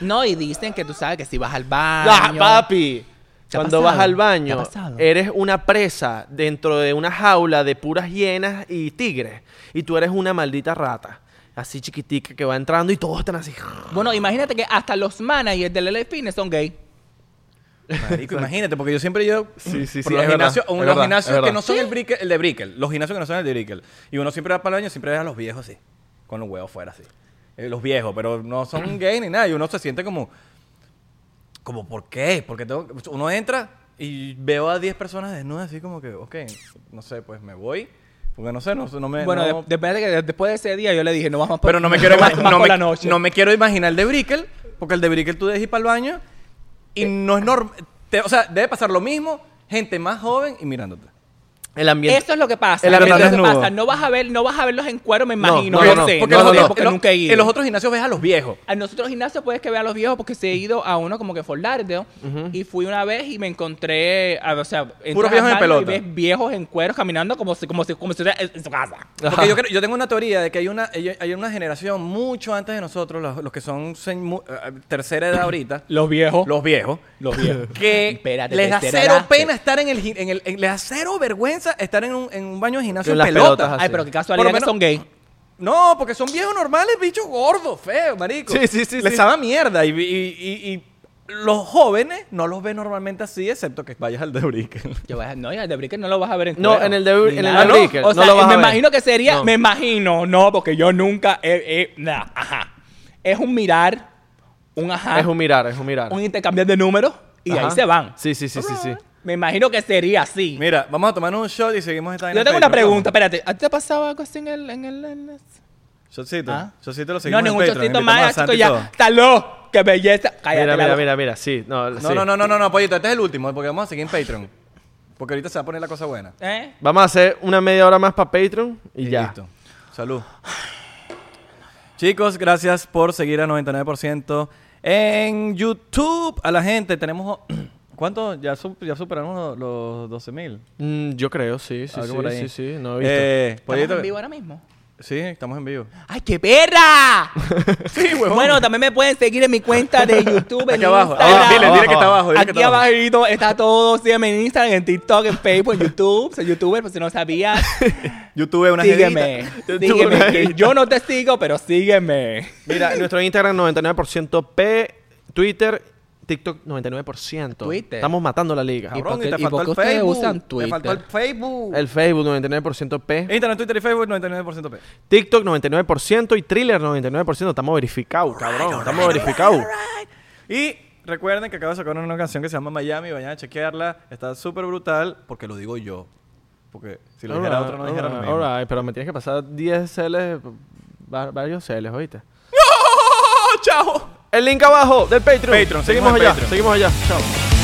Speaker 3: No, y dicen que tú sabes que si vas al baño...
Speaker 1: Ah, papi.
Speaker 3: ¿Te ha pasado?
Speaker 1: Cuando vas al
Speaker 3: ¿Te ha
Speaker 1: baño,
Speaker 3: pasado?
Speaker 1: eres una presa dentro de una jaula de puras hienas y tigres. Y tú eres una maldita rata. Así chiquitica que va entrando y todos están así.
Speaker 3: Bueno, imagínate que hasta los managers del LA Fitness son gay.
Speaker 2: Marico, imagínate, porque yo siempre yo
Speaker 1: Sí, sí,
Speaker 2: por
Speaker 1: sí,
Speaker 2: los
Speaker 1: es verdad,
Speaker 2: gimnasios,
Speaker 1: es
Speaker 2: los
Speaker 1: verdad,
Speaker 2: gimnasios
Speaker 1: es verdad.
Speaker 2: que no son el, Brickell- el de Brickell, los gimnasios que no son el de Brickell. Y uno siempre va para el baño, siempre ve a los viejos así, con los huevos fuera así. Eh, los viejos, pero no son gay ni nada. Y uno se siente como, como ¿por qué? Porque tengo, uno entra y veo a 10 personas desnudas así como que, ok, no sé, pues me voy. Porque no sé, no, no me...
Speaker 3: Bueno,
Speaker 2: no-
Speaker 3: de- después de que después de ese día yo le dije, no vamos por-
Speaker 2: pero no me quiero,
Speaker 3: vas
Speaker 2: ima-
Speaker 3: más
Speaker 2: no
Speaker 3: por
Speaker 2: me-
Speaker 3: la noche.
Speaker 2: no me quiero imaginar el de Brickell, porque el de Brickell tú debes ir para el baño y
Speaker 3: Eh.
Speaker 2: no es normal. O sea, debe pasar lo mismo, gente más joven y mirándote.
Speaker 1: El ambiente.
Speaker 3: Eso es lo que pasa.
Speaker 1: El
Speaker 3: eso es lo que
Speaker 2: desnudo.
Speaker 3: pasa. No vas a ver, no vas a verlos en cuero, me imagino.
Speaker 1: no,
Speaker 3: yo
Speaker 1: no,
Speaker 3: sé,
Speaker 1: porque
Speaker 3: no,
Speaker 1: no,
Speaker 3: sé,
Speaker 1: no,
Speaker 3: porque
Speaker 2: en los-
Speaker 3: nunca he ido.
Speaker 2: en los otros gimnasios ves a los viejos.
Speaker 3: A nosotros gimnasio puedes que vea a los viejos porque se he ido a uno como que Fort Lauderdale y fui una vez y me encontré, a- o sea, entras
Speaker 2: Puros viejos
Speaker 3: al
Speaker 2: en
Speaker 3: baño y
Speaker 2: pelota.
Speaker 3: ves viejos en cuero caminando como si como si como si estuviera en en su casa.
Speaker 2: Porque yo, creo- yo tengo una teoría de que hay una, hay- hay una generación mucho antes de nosotros, los, los que son sen- mu- eh, tercera edad ahorita,
Speaker 3: Los viejos.
Speaker 2: los viejos,
Speaker 3: Los viejos.
Speaker 2: que
Speaker 3: Espérate,
Speaker 2: les da
Speaker 3: tercera
Speaker 2: cero
Speaker 3: edad.
Speaker 2: pena estar en el, gi- en el en- les da cero vergüenza estar en un, en un baño de gimnasio
Speaker 1: Con
Speaker 2: en
Speaker 1: las
Speaker 2: pelota.
Speaker 1: pelotas así.
Speaker 3: Ay, pero qué
Speaker 2: Por
Speaker 3: casualidad
Speaker 2: lo menos-
Speaker 3: que son gay.
Speaker 2: No, porque son viejos normales, bichos gordos, feos, marico.
Speaker 1: Sí, sí, sí,
Speaker 2: Les
Speaker 1: sí.
Speaker 2: sabe a mierda. Y, y- y- y los jóvenes no los ven normalmente así, excepto que vayas al de Brickell.
Speaker 3: Yo voy a- no, y el de Bricker no lo vas a ver en
Speaker 1: No,
Speaker 3: cuero.
Speaker 1: en el de-
Speaker 3: Ni
Speaker 1: en el
Speaker 3: nada.
Speaker 1: de
Speaker 3: Ah, ¿no?
Speaker 1: Bricker,
Speaker 3: O
Speaker 1: no
Speaker 3: sea,
Speaker 1: lo vas a
Speaker 3: me
Speaker 1: ver.
Speaker 3: imagino que sería,
Speaker 1: No.
Speaker 3: me imagino, no, porque yo nunca he, he- nah, ajá. Es un mirar, un ajá,
Speaker 1: Es un mirar, es un mirar.
Speaker 3: ah. un intercambiar de números y de ahí
Speaker 1: Ajá.
Speaker 3: se van.
Speaker 1: Sí, sí, sí, sí, sí.
Speaker 3: Me imagino que sería así.
Speaker 2: Mira, vamos a tomarnos un shot y seguimos esta vaina
Speaker 3: Yo
Speaker 2: en
Speaker 3: tengo una
Speaker 2: Patreon.
Speaker 3: pregunta, espérate. ¿A ti te ha pasado algo así en el... En el, en el-
Speaker 2: Shotcito.
Speaker 3: ¿Ah?
Speaker 2: Shotcito lo
Speaker 3: No,
Speaker 2: seguimos
Speaker 3: ningún
Speaker 2: en Patreon.
Speaker 3: chocito
Speaker 2: Invitamos a
Speaker 3: más, chico,
Speaker 2: Santi y todo.
Speaker 3: ya. ¡Taló! ¡Qué belleza! Cállate
Speaker 1: Mira,
Speaker 3: la
Speaker 1: mira,
Speaker 3: boca.
Speaker 1: mira, mira, sí. No,
Speaker 2: No, no, no, no, no, no, pollito, este es el último, porque vamos a seguir en Patreon. Porque ahorita se va a poner la cosa buena.
Speaker 3: ¿Eh?
Speaker 1: Vamos a hacer una media hora más para Patreon y, ya.
Speaker 2: Eh, Listo. Salud. Chicos, gracias por seguir a 99%. En YouTube, a la gente tenemos... ¿Cuánto? Ya, su- ya superamos los, 12 mil.
Speaker 1: Mm, yo creo, sí, sí,
Speaker 2: Algo por ahí. Eh,
Speaker 1: sí, sí, sí, no he
Speaker 3: Eh,
Speaker 1: visto.
Speaker 3: ¿Estamos en vivo ahora mismo?
Speaker 2: Sí, estamos en vivo.
Speaker 3: ¡Ay, qué perra! Bueno, también me pueden seguir en mi cuenta de YouTube, en
Speaker 2: Aquí abajo.
Speaker 3: Instagram.
Speaker 2: Ah, dile, dile que está abajo, dile que
Speaker 3: Aquí
Speaker 2: está abajo.
Speaker 3: abajito está todo. Sígueme en Instagram, en TikTok, en Facebook, en YouTube. Soy youtuber, por si no sabías.
Speaker 2: YouTube es una
Speaker 3: sígueme.
Speaker 2: jevita.
Speaker 3: Sígueme. que yo no te sigo, pero sígueme.
Speaker 1: Mira, nuestro Instagram 99% P, Twitter, TikTok 99%.
Speaker 3: Twitter.
Speaker 1: Estamos matando la liga.
Speaker 3: Y-
Speaker 2: Cabrón,
Speaker 3: por qué-
Speaker 2: y te
Speaker 3: y
Speaker 2: faltó
Speaker 3: por qué
Speaker 2: el
Speaker 3: ustedes
Speaker 2: Facebook.
Speaker 3: usan
Speaker 2: Te faltó el
Speaker 3: Twitter?
Speaker 2: Facebook.
Speaker 1: El Facebook 99% P,
Speaker 2: Instagram, Twitter y Facebook 99% P.
Speaker 1: TikTok 99% y Thriller 99%. Estamos verificados, cabrón. estamos verificados.
Speaker 2: Y recuerden que acabo de sacar una canción que se llama Miami, vayan a chequearla, está súper brutal porque lo digo yo. Porque si lo dijera
Speaker 1: Alright,
Speaker 2: otro no dijera lo
Speaker 1: alright,
Speaker 2: mismo.
Speaker 1: alright, pero me tienes que pasar 10 Ls, va- varios Ls, ¿oíste?
Speaker 2: ¡Chao!
Speaker 1: El link abajo del Patreon.
Speaker 2: Patreon, seguimos
Speaker 1: seguimos
Speaker 2: en
Speaker 1: allá,
Speaker 2: Patreon.
Speaker 1: seguimos allá. Chao.